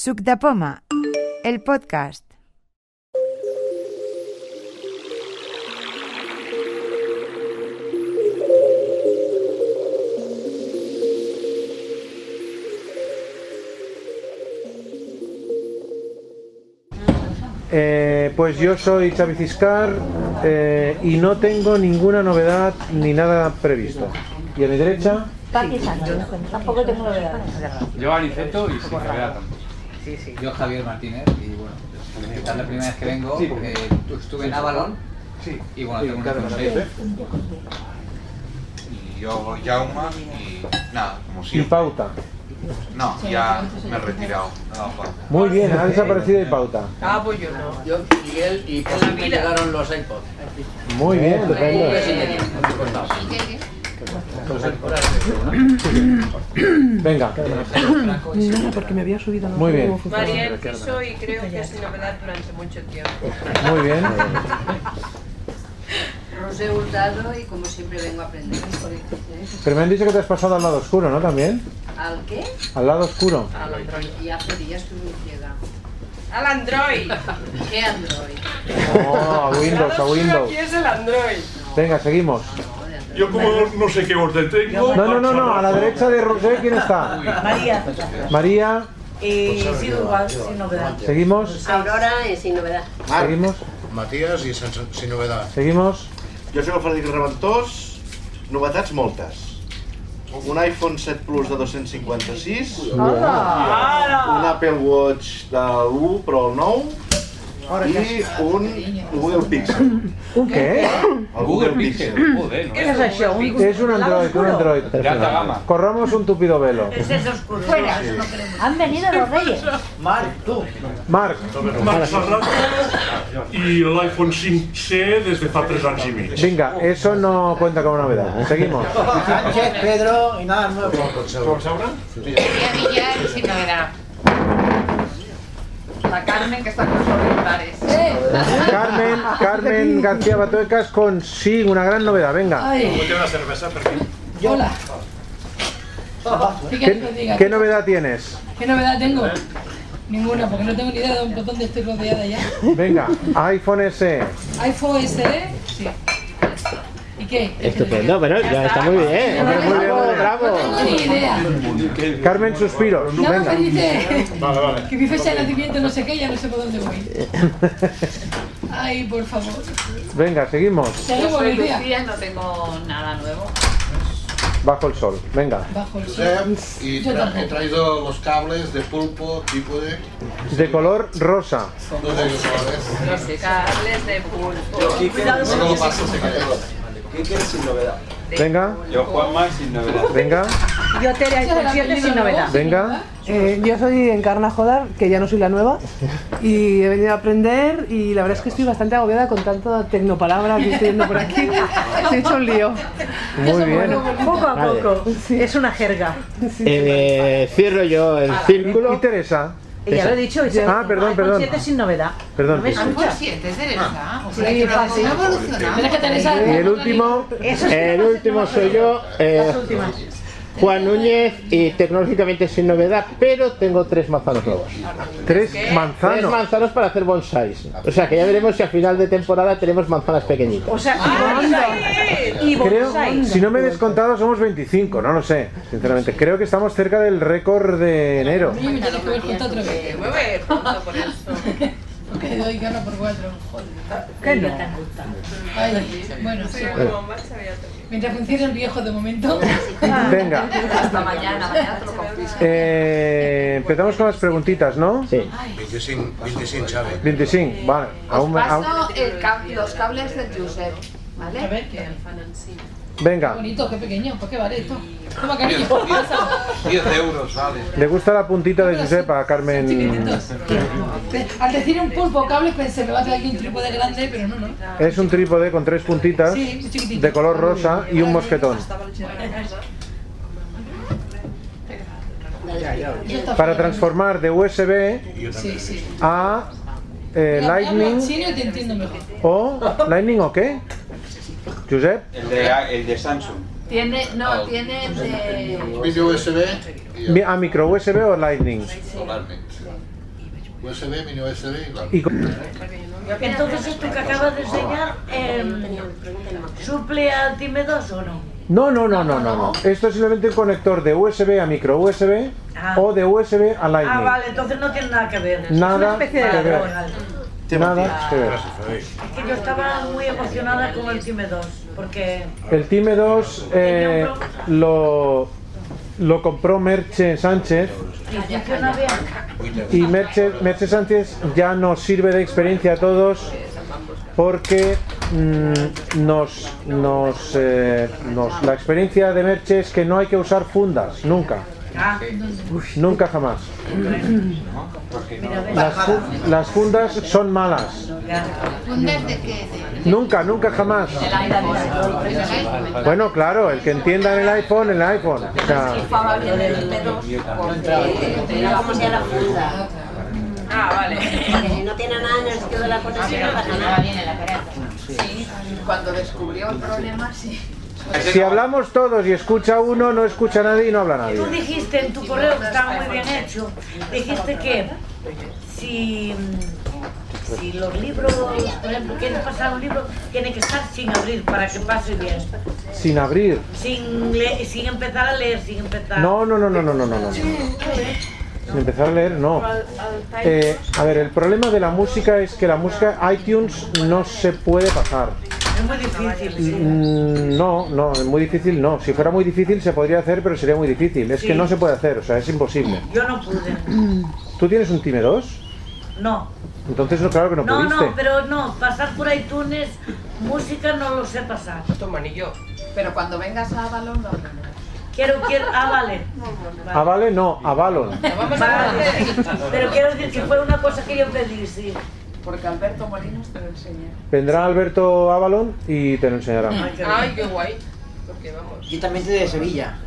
Suc de poma, el podcast. Eh, pues yo soy Xavi Ciscar eh, y no tengo ninguna novedad ni nada previsto. Y a mi derecha, Paqui Sánchez. Tampoco tengo novedades. Yo Aniceto y sin novedad tampoco. Yo Javier Martínez y bueno, esta es la primera vez que vengo, Sí, porque estuve en Avalon y bueno, Sí, tengo un claro, consejo. y yo Jauma y nada, como y siempre. pauta. No, ya me he retirado. No, falta. Muy bien, ha desaparecido y pauta. Ah, pues yo no. Yo, Miguel y por me llegaron los iPods. Muy bien, estupendo. Venga, No, porque me había subido. Muy sé bien. cómo Mariel Piso y creo que sin novedad durante mucho tiempo. muy bien. Rosé Hurtado y como siempre vengo a aprender. Pero me han dicho que te has pasado al lado oscuro, ¿no? También. ¿Al qué? Al lado oscuro. Al Android. Y hace días que me ciega. Al Android. ¿Qué Android? Oh, a Windows, a Windows. Aquí es el Android. Venga, seguimos. No, de Android. Yo como no sé qué orden tengo... No, no, no, no, a la derecha de Rosé, ¿quién está? María. Pues María, Y sin igual, sin novedad. seguimos, Aurora es sin novedad. seguimos, Matías i sense, sin novedad. seguimos. Jo sóc el Frederic Reventós, novetats moltes. Un iPhone 7 Plus de 256, un Apple Watch de l'1 però el 9, i un Google Pixel. ¿Un qué? El Google Pixel. Joder, ¿Qué es eso? Un... Es un Android, un Android. De alta gama. Corramos un tupido velo. Fuera. Han venido los reyes. Marc, Marc Serrat i l'iPhone 5C des de fa 3 anys i mig. venga, eso no cuenta como novedad. Seguimos. Sánchez, Pedro i nada nuevo. Com sabrà? sin novedad. La Carmen que está con los auriculares. Carmen, Carmen García Batuecas con sí, una gran novedad. Venga, Té una cervesa per aquí. Hola. ¿qué, qué novedad tienes? ¿Qué novedad tengo? Ninguna, porque no tengo ni idea de por dónde estoy rodeada ya. Venga, iPhone S. iPhone SE, sí. eh? ¿Y qué? Estupendo, pero ya está muy bien. Hombre, muy bien, muy bien. No tengo ni idea. Carmen Suspiros, Nada más venga. que dice Vale, vale. que mi fecha de nacimiento no sé qué, ya no sé por dónde voy. Ay, por favor. Venga, seguimos. Yo Seguimos, soy Lucía. Lucía, no tengo nada nuevo. Bajo el sol, venga. Bajo el sol. Josep, y tra he traído los cables de pulpo, tipo de... De color rosa. Dos de ellos, ¿sabes? Los cables de pulpo. No te lo paso, se queda. Venga, Yo Juanma sin novedad. venga, Yo Tere iPhone 7 sin novedad. venga. Eh, yo soy Encarna Jodar, que ya no soy la nueva, y he venido a aprender y la verdad es que estoy bastante agobiada con tanta tecnopalabra que estoy viendo por aquí. Se he hecho un lío. Muy bien. Poco a Vale. poco. Es una jerga. Eh, cierro yo el ¿Y, y círculo. Teresa? Ya lo he dicho. Ah, perdón, perdón. sin novedad. Perdón. Ah. Pero es que Teresa... Y el último, El último soy yo, eh, Juan Núñez, y tecnológicamente sin novedad, pero tengo tres manzanos nuevos. tres Tres manzanos. manzanos para hacer bonsais. O sea que ya veremos si a final de temporada tenemos manzanas pequeñitas. sea, y Creo, si no me he descontado, somos 25, no lo sé, sinceramente. Creo que estamos cerca del récord de enero. me tengo que ver junto otra vez. Que doy gana por cuatro. ¿Qué no? Ay, bueno, sí. Mientras funcione el viejo de momento. Venga, Ah. Hasta mañana, mañana te lo confisco. eh, empezamos con las preguntitas, ¿no? Sí. 25, 25 Xavi. 25, vale. Aún me- aún- Paso el ca- los cables de Josep. A ¿Vale? ver, qué Venga, bonito, qué pequeño. ¿Por qué vale esto? Toma, cariño. 10 euros, vale. le gusta la puntita de Josepa a Carmen. Chiquititos. Al decir un pulpo cable pensé, me va a traer aquí un trípode grande, pero no, no. Es un trípode con tres puntitas Sí, chiquitito. de color rosa y un mosquetón. Eso está Para feo. transformar de USB Sí, sí. a eh, Mira, hablo en Lightning serio, te entiendo mejor. o Lightning o qué? Josep, El de, el de Samsung. Tiene, no, tiene de... Vídeo USB i mi- a ah, micro USB o Lightning. solarment. USB, mini USB y la... Y con- Entonces esto que acabas de enseñar eh, suple al Time2 o no? No, no, no, no, no, no. Esto es simplemente un conector de USB a micro USB Ah. o de USB a Lightning. Ah, vale, entonces no tiene nada que ver. Nada que ver. Vale, vale. Nada que ver. Es que yo estaba muy emocionada con el Time 2, porque El Time 2 eh, lo, lo compró Merche Sánchez y funciona bien. y Merche, Merche Sánchez ya nos sirve de experiencia a todos porque mm, nos, nos, eh, nos- la experiencia de Merche es que no hay que usar fundas, nunca, Ah, nunca jamás. Porque mira, ves. Las, fu- las fundas son malas, ¿Fundas de qué? De- nunca, nunca jamás. Del iPhone. Bueno, claro, el que entienda en el iPhone, en el iPhone. O sea, Ah, vale. Porque si no tiene nada en el sitio de la conexión, no pasa nada. Sí, cuando descubrió el problema, sí. si hablamos todos y escucha uno, no escucha nadie y no habla nadie. Tú dijiste en tu correo que estaba muy bien hecho, dijiste que si, si los libros, por ejemplo, quieres pasar un libro, tiene que estar sin abrir para que pase bien. Sin abrir. Sin, le- sin empezar a leer, sin empezar. No, no, no, no, no, no, no. no. Sin empezar a leer, no. Eh, a ver, el problema de la música es que la música iTunes no se puede pasar. Es muy difícil. Mm, No, no, es muy difícil, no. Si fuera muy difícil se podría hacer, pero sería muy difícil. Es que Sí. no se puede hacer, o sea, es imposible. Yo no pude. ¿Tú tienes un Time 2? No. Entonces, no, claro que no, No, pudiste. no, pero no, pasar por iTunes, música no lo sé pasar. Toma, ni yo. Pero cuando vengas a Avalon, no. Quiero, quiero, ah, vale. Ah, vale, no, avalon. Vale. Pero quiero decir que fue una cosa que yo pedí, sí. Porque Alberto Molinos te lo enseña. Vendrá Alberto Avalon y te lo enseñará. Ay, qué guay. Porque vamos. Yo también soy de Sevilla.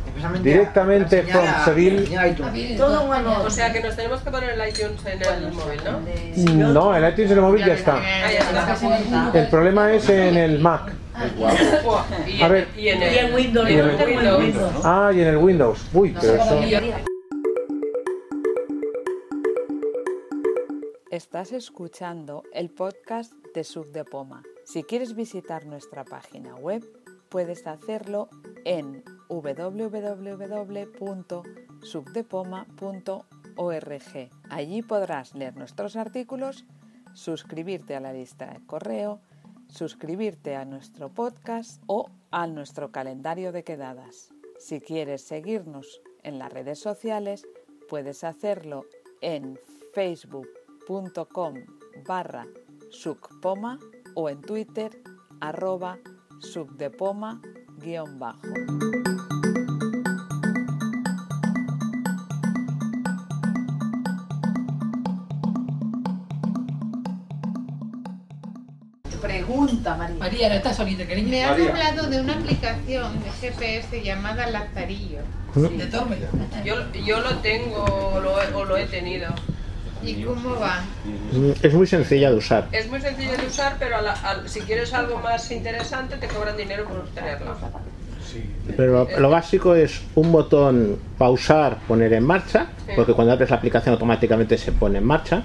Directamente from Seville. Todo bueno. O sea que nos tenemos que poner el iTunes en el móvil, ¿no? No, el iTunes en el móvil ya está. Ah, ya está. El problema es en el Mac. Buah, Y A en, ver. y en el, Y en Windows, y en el yo tengo en Windows. Windows. Ah, y en el Windows. Uy, pero eso. Estás escuchando el podcast de Sub de Poma. Si quieres visitar nuestra página web, puedes hacerlo en www.subdepoma.org. Allí podrás leer nuestros artículos, suscribirte a la lista de correo, suscribirte a nuestro podcast o a nuestro calendario de quedadas. Si quieres seguirnos en las redes sociales, puedes hacerlo en facebook.com barra sucpoma o en twitter arroba sucdepoma guión bajo. Pregunta, María. María, no estás solita, cariño. Me han hablado de una aplicación de GPS llamada Lazarillo. ¿De Torme? Yo, yo lo tengo o lo, he- o lo he tenido. ¿Y cómo va? Mm, Es muy sencilla de usar. Es muy sencillo de usar, pero a la- al- si quieres algo más interesante te cobran dinero por tenerlo. Pero lo, lo básico es un botón pausar, poner en marcha, Sí. porque cuando abres la aplicación automáticamente se pone en marcha.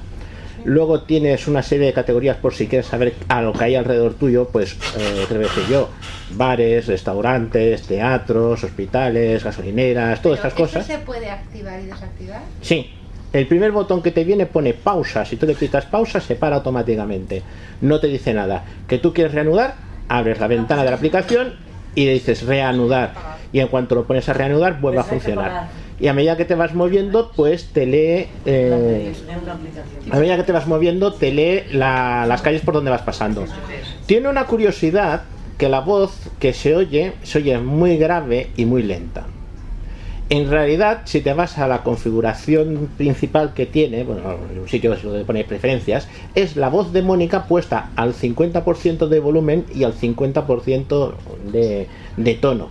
Luego tienes una serie de categorías por si quieres saber a lo que hay alrededor tuyo, pues, eh, ¿qué voy a decir yo? Bares, restaurantes, teatros, hospitales, gasolineras, todas estas ¿Eso cosas. se puede activar y desactivar? Sí. El primer botón que te viene pone pausa. Si tú le quitas pausa, se para automáticamente. No te dice nada. Que tú quieres reanudar, abres la ventana de la aplicación y le dices reanudar. Y en cuanto lo pones a reanudar, vuelve a Pues hay que pagar. funcionar. Y a medida que te vas moviendo, pues te lee. eh, Es una aplicación. a medida que te vas moviendo, te lee la- las calles por donde vas pasando. Tiene una curiosidad que la voz que se oye se oye muy grave y muy lenta. En realidad, si te vas a la configuración principal que tiene, bueno, en un sitio donde pone preferencias, es la voz de Mónica puesta al 50% de volumen y al 50% de, de tono.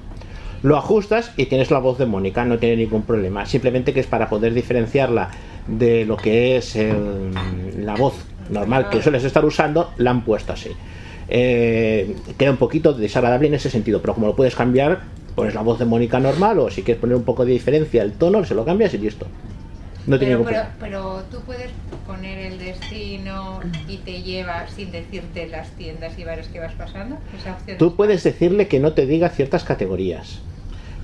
Lo ajustas y tienes la voz de Mónica, no tiene ningún problema. Simplemente que es para poder diferenciarla de lo que es el- la voz normal Ah. que sueles estar usando, la han puesto así. Eh, queda un poquito desagradable en ese sentido, pero como lo puedes cambiar, pones la voz de Mónica normal o si quieres poner un poco de diferencia el tono, se lo cambias y listo. No tiene Pero, ningún pero, problema. pero tú puedes poner el destino y te lleva sin decirte las tiendas y bares que vas pasando. Esa opción Tú puedes decirle que no te diga ciertas categorías.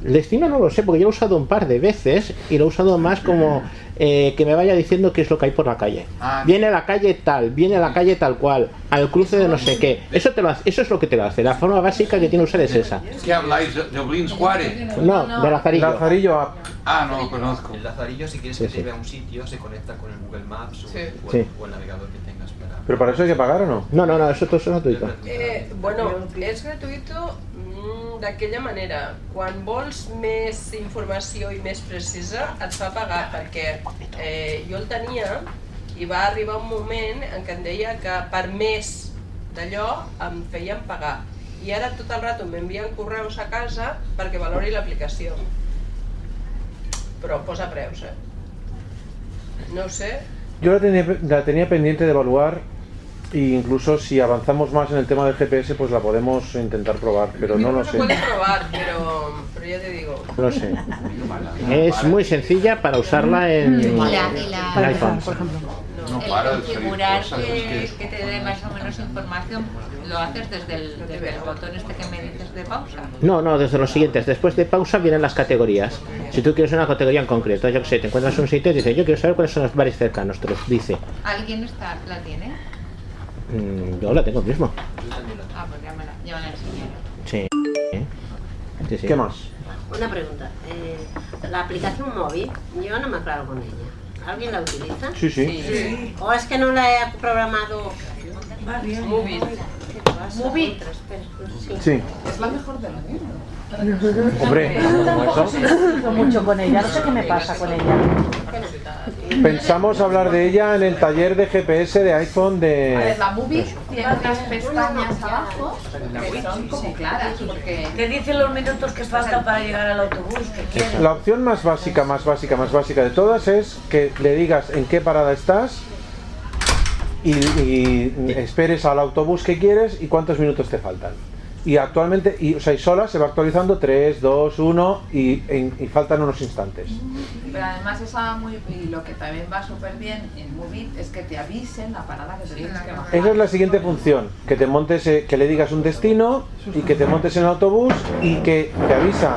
El destino no lo sé, porque yo lo he usado un par de veces y lo he usado más como eh, que me vaya diciendo qué es lo que hay por la calle. Viene a la calle tal, viene a la calle tal cual, al cruce de no sé qué. Eso, te lo hace- eso es lo que te lo hace. La forma básica que tiene usar es esa. ¿Qué habláis? ¿De de Oblin Juárez? No, de Lazarillo. Lazarillo app. Ah, no lo conozco. El Lazarillo, Si quieres Sí, que sí. te lleve a un sitio, se conecta con el Google Maps o, o Sí. el, o el navegador que tengas para... ¿Pero para eso hay que pagar o no? No, no, no, eso todo eso es gratuito. Eh, bueno, és gratuïto mm, d'aquella manera. Quan vols més informació i més precisa, et fa pagar, perquè eh, jo el tenia i va arribar un moment en què em deia que per més d'allò em feien pagar. I ara tot el rato m'envien correus a casa perquè valori l'aplicació. Però posa preus, eh? No ho sé, Yo la tenía, la tenía pendiente de evaluar e incluso si avanzamos más en el tema del GPS pues la podemos intentar probar, pero no lo sé. puedes probar, pero, pero ya te digo. No sé. Es muy sencilla para usarla en, Y la- y la- en iPhone. por No El para de salir configurar cosas, es que, que- que te dé más o menos información lo haces desde el, desde el botón este que me dices de pausa. No, no, desde los siguientes. Después de pausa vienen las categorías. Si tú quieres una categoría en concreto, yo que sé, te encuentras un sitio y dices, yo quiero saber cuáles son los bares cercanos, te los dice. ¿Alguien está, la tiene? Mm, yo la tengo mismo. Ah, pues ya me la, ya me la enseñaron. Sí. ¿Eh? Sí, sí. ¿Qué más? Una pregunta. eh, la aplicación móvil, yo no me aclaro con ella. ¿Alguien la utiliza? Sí, sí. Sí. ¿O es que no la he programado? Móvil. Móvil. Sí. Es la mejor de la vida. Hombre, Tampoco eso. se disfruto mucho con ella, no sé qué me pasa con ella. Pensamos hablar de ella en el taller de GPS de iPhone Eh, A ver, de... la movie tiene unas pestañas abajo que son como claras porque... Te dice los minutos que falta para llegar al autobús, que quieres. La opción más básica, más básica, más básica de todas es que le digas en qué parada estás y, y esperes al autobús que quieres y cuántos minutos te faltan. Y actualmente, y, o sea, y sola se va actualizando 3, 2, 1 y, en- y faltan unos instantes. Pero además esa muy... Y lo que también va súper bien en movie es que te avisen la parada que te tienes que bajar. Esa es la siguiente función, que te montes, eh, que le digas un destino y que te montes en el autobús y que te avisa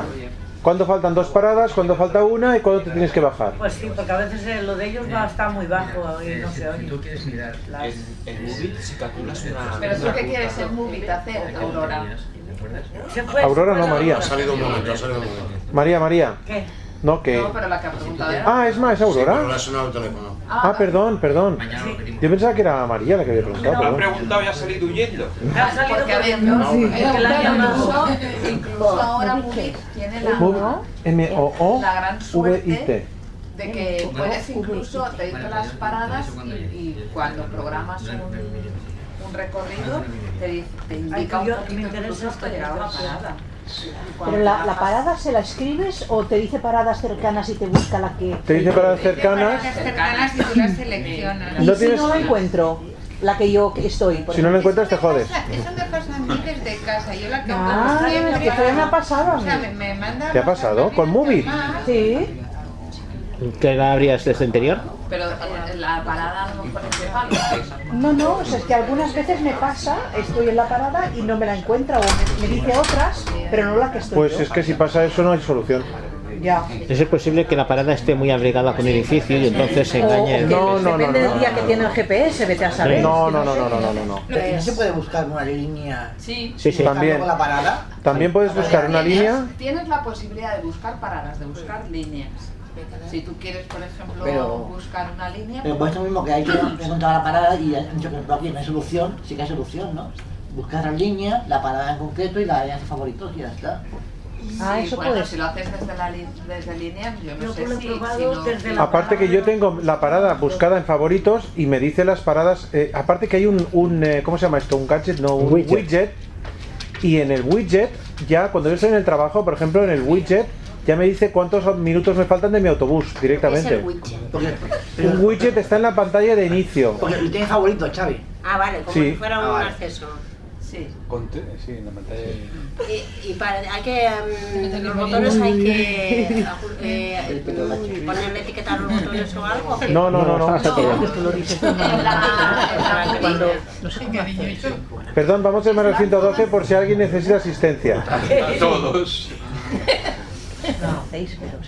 cuándo faltan dos paradas, cuándo falta una y cuándo te tienes que bajar. Pues sí, porque a veces eh, lo de ellos va a estar muy bajo y no se oye. tú quieres mirar en, en Google, si calculas una... Pero tú una qué ruta, quieres en movie, te hace Aurora. Aurora no, María. Pues, Ha salido un momento, ha salido un momento. María, María. ¿Qué? No, que... No, pero la que ha preguntado era... Ah, es más, es Sí, pero le Aurora. ha sonado el teléfono. Ah, perdón, perdón. Yo pensaba que era María la que había preguntado. Me han perdón. preguntado y ha salido huyendo. Porque a ver, No, sí. incluso- la han llamado. incluso ahora movie tiene la... M O O La gran V suerte I T. de que puedes incluso te dice las paradas y, y cuando programas un, un recorrido te, dice- te indica un poquito incluso hasta llegar a una parada. Y cuando Pero la, la bajas- parada se la escribes o te dice paradas cercanas y te busca la que. Te dice paradas cercanas. Las cercanas y tú las seleccionas. Y No si tienes- no la encuentro, la que yo estoy. por Si no la ejemplo. encuentras te jodes. Eso me pasa a mí desde casa. Yo la que Ah, que todavía me ha pasado a O sea, me, me manda ¿Te ha pasado? ¿Con móvil? Sí. ¿Qué la abrías desde anterior? Pero eh, la parada a lo mejor es de palo. No, no, o sea, es que algunas veces me pasa, estoy en la parada y no me la encuentra o me, me dice otras, pero no la que estoy. Pues yo. es que si pasa eso no hay solución. Ya. Es posible que la parada esté muy abrigada con el edificio y entonces se O- engañe. o el- que Depende del día que tiene el GPS, vete a saber. No, no, no, no, no, no, no, no. Lo que no se puede buscar una línea. Sí, Sí, sí. buscando También. con la parada. También puedes buscar una línea. Tienes la posibilidad de buscar paradas, de buscar líneas. Si tú quieres, por ejemplo, Pero- buscar una línea, Pero pues es lo mismo que hay que encontrar la parada y has dicho que no aquí no hay solución, sí que hay solución, ¿no? Buscar la línea, la parada en concreto y la área de favoritos y ya está. Sí, bueno, si lo haces desde, la li- desde líneas, yo no Yo sé lo he si, probado si no- desde Aparte que yo tengo la parada buscada en favoritos y me dice las paradas. eh, aparte que hay un, un, eh, ¿cómo se llama esto? Un gadget, no, un widget. Widget. Y en el widget, ya cuando yo estoy en el trabajo, por ejemplo, en el widget, ya me dice cuántos minutos me faltan de mi autobús directamente. Porque, Un widget está en la pantalla de inicio. porque lo tienes favorito, Xavi. Ah, vale, como Sí. si fuera Ah, un vale. acceso. Sí. ¿Con T? Sí, en la pantalla. Y, y para, hay que, mm, los botones hay que eh, ponerle etiquetar los botones o algo. ¿o qué? No, no, no, no. En la- en la Cuando- pantalla. Perdón, vamos a llamar al 112 por si alguien necesita asistencia. Todos.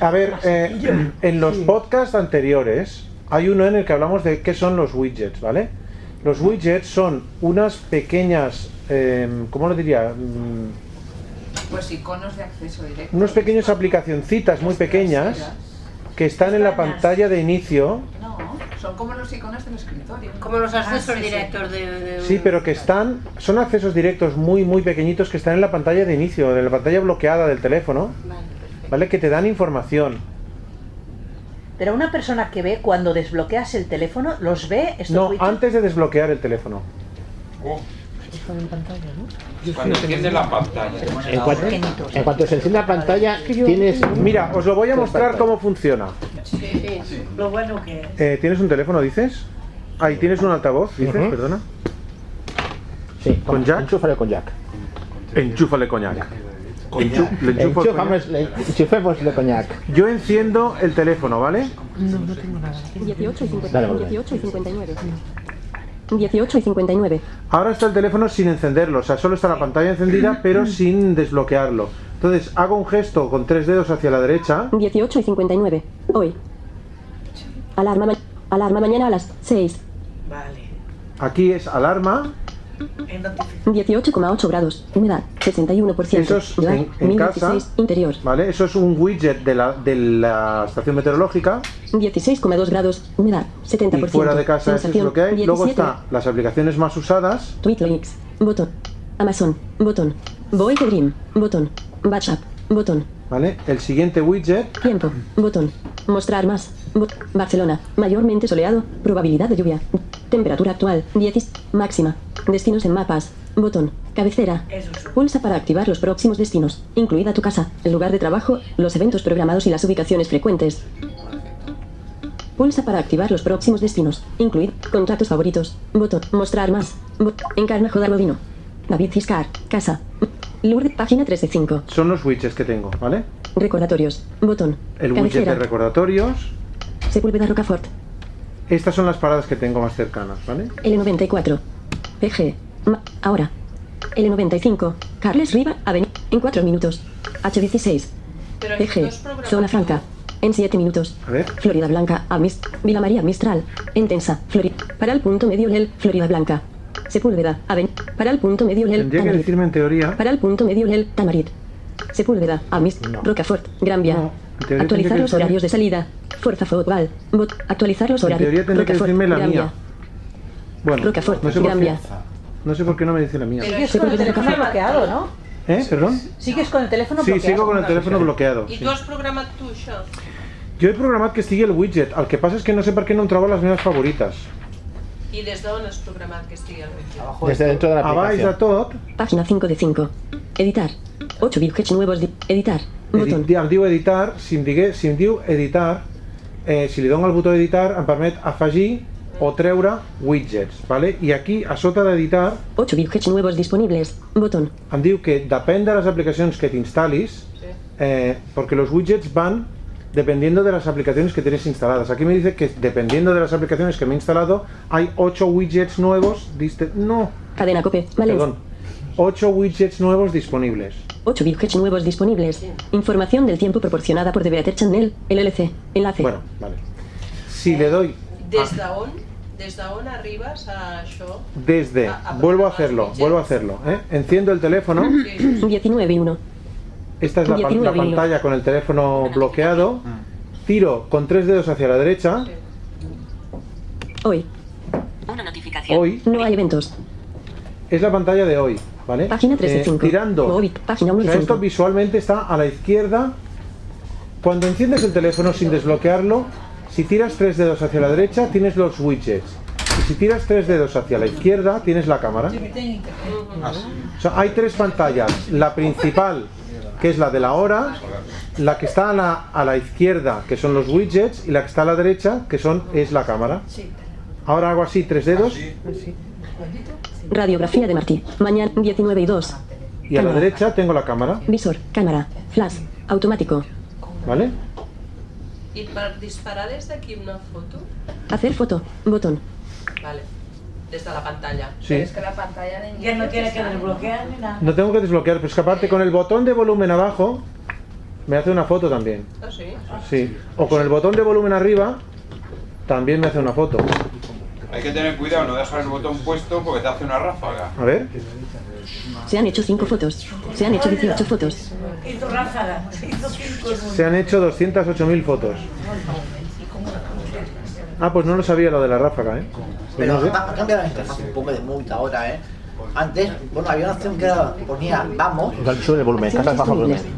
A ver, eh, en los podcasts anteriores hay uno en el que hablamos de qué son los widgets, ¿vale? Los widgets son unas pequeñas, em, ¿cómo lo diría? Mm, Pues iconos de acceso directo. unos pequeños aplicacioncitas muy pequeñas que están en la pantalla de inicio, No, son como los iconos del escritorio. Ah, Como los accesos directos de, de sí, pero que están, son accesos directos muy, muy pequeñitos que están en la pantalla de inicio, de la pantalla bloqueada del teléfono, ¿vale? Que te dan información. Pero una persona que ve cuando desbloqueas el teléfono, los ve Oh. estos No, widgets? antes de desbloquear el teléfono. Cuando enciendes la pantalla. En cuanto, en cuanto se enciende la pantalla, tienes. Mira, os lo voy a mostrar cómo funciona. Sí, Lo bueno que es. Eh, ¿Tienes un teléfono, dices? Ahí tienes un altavoz, dices, Ujú. perdona. Sí, ¿Con Jack? Enchúfale con Jack. Enchúfale coñac. Enchu- le enchufo el Enchufamos- coñac. le Enchufémosle coñac. Yo enciendo el teléfono, ¿vale? No, no tengo nada. 18 y Dale, 59. vuelve. 18 y 59. 18 y 59. Ahora está el teléfono sin encenderlo, o sea, solo está la pantalla encendida, pero sin desbloquearlo. Entonces hago un gesto con tres dedos hacia la derecha. 18 y 59. Hoy. Alarma, ma- alarma mañana a las 6. Aquí es alarma. 18,8 grados. Humedad. 61%. Eso es Lugar, en, en casa. 1016. Interior. ¿Vale? Eso es un widget de la, de la estación meteorológica. 16,2 grados. Humedad. 70%. Y fuera de casa eso es Sensación, lo que hay. Luego 17. está las aplicaciones más usadas. Twitlinks. Botón. Amazon. Botón. Void Dream. Botón. WhatsApp. Botón. ¿Vale? El siguiente widget. Tiempo. Botón. Mostrar más. Bo- Barcelona. Mayormente soleado. Probabilidad de lluvia. Temperatura actual. 10. Máxima. Destinos en mapas. Botón. Cabecera. Pulsa para activar los próximos destinos, incluida tu casa, el lugar de trabajo, los eventos programados y las ubicaciones frecuentes. Pulsa para activar los próximos destinos, incluir contactos favoritos, botón, mostrar más, bo- encarna Jodar Bovino, David Ciscar, casa, Lourdes, página 3 de 5, Son los widgets que tengo, ¿vale? recordatorios, botón, El widget de cabecera, recordatorios. Sepúlveda Rocafort, Estas son las paradas que tengo más cercanas, ¿vale? L94, PG, ma- ahora, L95, Carles Riva, Avenida, en 4 minutos, H16, Pero PG, zona franca, en 7 minutos. A ver. Florida Blanca, Amis, Vila María Mistral, Intensa, Florida. Para el punto medio Lel, Florida Blanca. Sepúlveda, Aven. Para el punto medio Lel, Tendría que Tamarit. decirme en teoría. Para el punto medio Lel, Tamarit. Sepúlveda, Amis, Rocafort, Gran Vía. en teoría tendría Actualizar que los decirme- horarios de salida. Forza Fotball. Bot. Actualizar los En horarios. teoría tendría que Rocafort, decirme la Gran mía. Vía. Bueno, Rocafort, no sé, por Gran qué, Vía. no sé por qué no me dice la mía. Sigues con el teléfono bloqueado, ¿no? ¿Eh? ¿Perdón? Sigues con el teléfono Sí, bloqueado. sigo con el teléfono bloqueado. I sí. tu has programat tu això? Yo he programado que sigue el widget. Al que pasa es que no sé por qué no entraba las meves favoritas. I des d'on has programat que estigui al wiki? Desde dentro de la aplicación. a todo. Página 5 de 5. Editar. 8 widgets nuevos. de- Editar. Edi em diu editar, si em, digue, si em diu editar, eh, si li dono el botó editar em permet afegir o treure widgets, ¿vale? i aquí a sota d'editar 8 widgets nuevos disponibles. Botón. em diu que depèn de les aplicacions que t'instal·lis, eh, porque los widgets van dependiendo de las aplicaciones que tienes instaladas. Aquí me dice que dependiendo de las aplicaciones que me he instalado, hay 8 widgets nuevos, diste- no, Cadena Cope. Valencia. perdón, 8 widgets nuevos disponibles. 8 widgets nuevos disponibles. Información del tiempo proporcionada por Debeater Channel, LLC. Enlace. Bueno, vale. Si le doy Des d'on? Des d'on arribes a això? Desde, vuelvo a hacerlo, vuelvo a hacerlo. ¿eh? Enciendo el teléfono. 19 y 1. Esta es la, pan- 19 la y uno. pantalla con el teléfono bloqueado. Tiro con tres dedos hacia la derecha. Hoy. Hoy No hay eventos. es la pantalla de hoy, ¿vale? Página 3 de Eh, 5. tirando. Móvil. Página 1 O de sea, 5. esto visualmente está a la izquierda. Cuando enciendes el teléfono sin desbloquearlo, si tiras tres dedos hacia la derecha, tienes los widgets. Y si tiras tres dedos hacia la izquierda, tienes la cámara. Ah, O sea, hay tres pantallas. La principal, que es la de la hora, la que está a la, a la izquierda, que son los widgets, y la que está a la derecha, que son es la cámara. Ahora hago así, tres dedos. Pues Radiografía de Martí. Mañana 19 y 2. Y a la derecha tengo la cámara, Visor, cámara, flash, automático. ¿vale? I per disparar des d'aquí una foto? Hacer foto, botón. Vale. Des de la pantalla. Sí. Pero es que la pantalla... Ya no tiene que desbloquear ni nada. No tengo que desbloquear, pero es que aparte con el botón de volumen abajo me hace una foto también. Ah, sí? Sí. O con el botón de volumen arriba también me hace una foto. Hay que tener cuidado, no dejar el botón puesto porque te hace una ráfaga. A ver. Se han hecho 5 fotos. Se han hecho 18 fotos. Hizo ráfaga. Hizo cinco en uno. Se han hecho 208.000 fotos. Ah, pues no lo sabía lo de la ráfaga, ¿eh? Pues Pero no sé. ha ha cambiado la interfaz un poco de multa ahora, ¿eh? Antes, bueno, había una opción que era- que ponía vamos, Sube el volumen, Acciones baja el volumen. Móvil.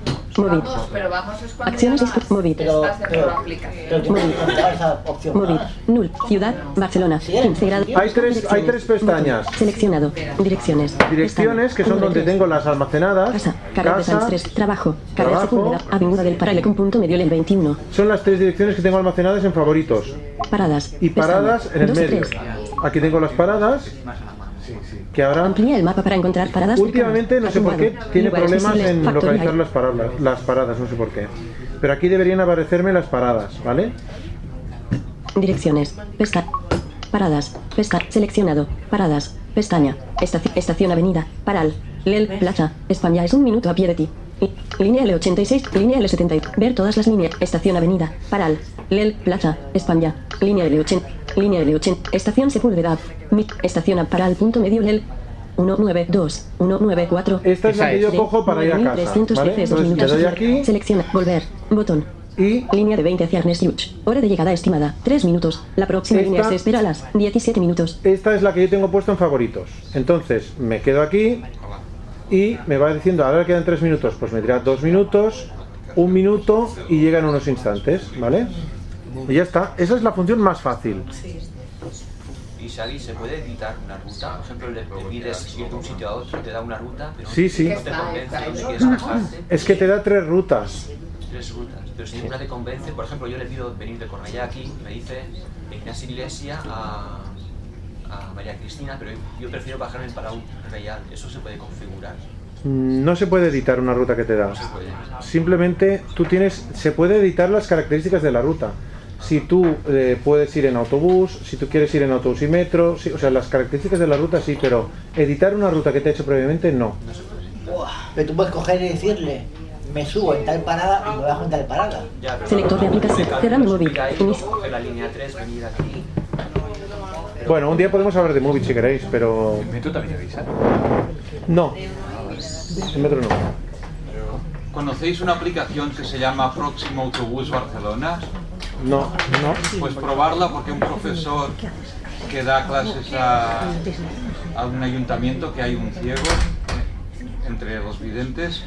Pero vamos, es cuando Acciones ya dispu- móvil. estás dentro de la aplicación. pero tiene que quitar esa opción. Móvil. Null. Ciudad. Barcelona. 15 grados. Hay tres, hay tres pestañas. Seleccionado. Direcciones. Direcciones, que son donde tengo las almacenadas. Carrer de Sants Casa. 3. Trabajo. Carrer Trabajo. Secundera. Avenida del Paralec. Un punto medio el 21. Son las tres direcciones que tengo almacenadas en favoritos. Paradas. Y paradas en el Dos y medio. tres. Aquí tengo las paradas, que ahora Amplía el mapa para encontrar paradas. Últimamente no sé por qué Atenuado. tiene Lugares problemas visibles. en Factoría. localizar las paradas, las paradas, no sé por qué. Pero aquí deberían aparecerme las paradas, ¿vale? Direcciones. Pesta. Paradas. Pesta. Seleccionado. Paradas. Pestaña. Estaci- estación Avenida. Paral. Lel. Plaza. España es un minuto a pie de ti. Li- Línea L86. Línea L70. Ver todas las líneas. Estación Avenida. Paral. Lel. Plaza. España. Línea L80. Línea L80. Estación Sepúlveda. Mi- Estación a Paral. Punto medio Lel. 192. 194. Esta es la que yo cojo para ir a casa, 9300 ¿vale? veces dos Entonces, minutos. le doy aquí. Selecciona. Volver. Botón. Y. Línea de 20 hacia Ernest Lluch. Hora de llegada estimada. 3 minutos. La próxima Esta- línea se espera a las 17 minutos. Esta es la que yo tengo puesto en favoritos. Entonces, me quedo aquí y me va diciendo, ahora quedan tres minutos, pues me dirá dos minutos, un minuto y llegan unos instantes, ¿vale? Y ya está. Esa es la función más fácil. Y Shaggy, ¿se puede editar una ruta? Por ejemplo, le le pides ir de un sitio a otro, te da una ruta, pero Sí, sí. no te convence, no te quieres bajarte. Es que te da tres rutas. Tres rutas. Pero si ninguna te convence, por ejemplo, yo le pido venir de Cornellá aquí, y me dice de Ignacio Iglesia a, a María Cristina, pero yo prefiero bajarme en Palau Real. Eso se puede configurar. Mm, No se puede editar una ruta que te da. No se puede. Simplemente tú tienes, se puede editar las características de la ruta. Si tú eh, puedes ir en autobús, si tú quieres ir en autobús y metro, sí, o sea, las características de la ruta sí, pero editar una ruta que te he hecho previamente no. Pero tú puedes coger y decirle, me subo en tal parada y me bajo en tal parada. Selector de aplicación. Cerrando móvil. Inicio. Coger la línea 3, venir aquí. Bueno, un día podemos hablar de móvil si queréis, pero ¿Tú también avisas? no, en metro no. ¿Conocéis una aplicación que se llama Próximo Autobús Barcelona? No, no. Pues probarla porque un profesor que da clases a, a un ayuntamiento que hay un ciego entre los videntes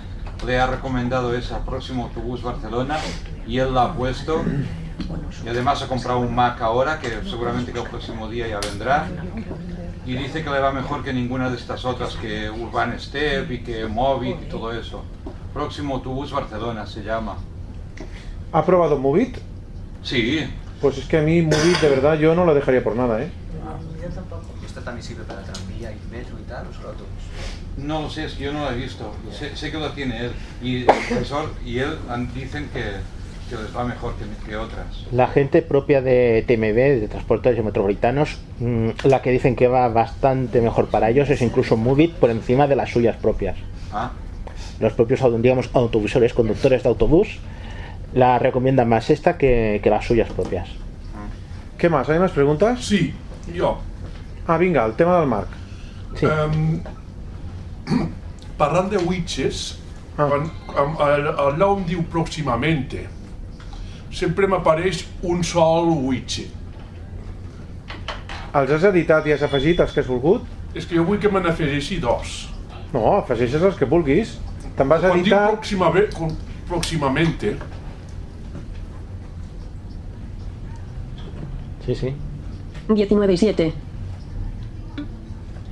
le ha recomendado esa próximo autobús Barcelona y él la ha puesto y además ha comprado un Mac ahora que seguramente que el próximo día ya vendrá y dice que le va mejor que ninguna de estas otras que Urban Step y que Movit y todo eso. Próximo autobús Barcelona se llama. ¿Ha probado Movit? Sí, Pues es que a mí Movit de verdad yo no la dejaría por nada, ¿eh? Esta también sirve para tranvía y metro y tal, o solo autobús. No lo sé, es que yo no lo he visto. Sé, sé que lo tiene él. Y el profesor y él han- dicen que, que les va mejor que, que otras. La gente propia de TMB, de Transportes y Metropolitanos, mm, la que dicen que va bastante mejor para ellos es incluso Movit por encima de las suyas propias. Ah, Los propios, au- digamos, autobusores, conductores de autobús, la recomiendan más esta que, que las suyas propias. ¿Qué más? ¿Hay más preguntas? Sí, jo. Ah, vinga, el tema del Marc. Sí. parlant de witches, Ah. quan, quan el, el nom diu pròximamente, sempre m'apareix un sol widget. Els has editat i has afegit els que has volgut? És que jo vull que me n'afegeixi dos. No, afegeixes els que vulguis. Te'n vas a Quan diu editar... pròximamente, com, pròximamente Sí, sí. 19 y 7.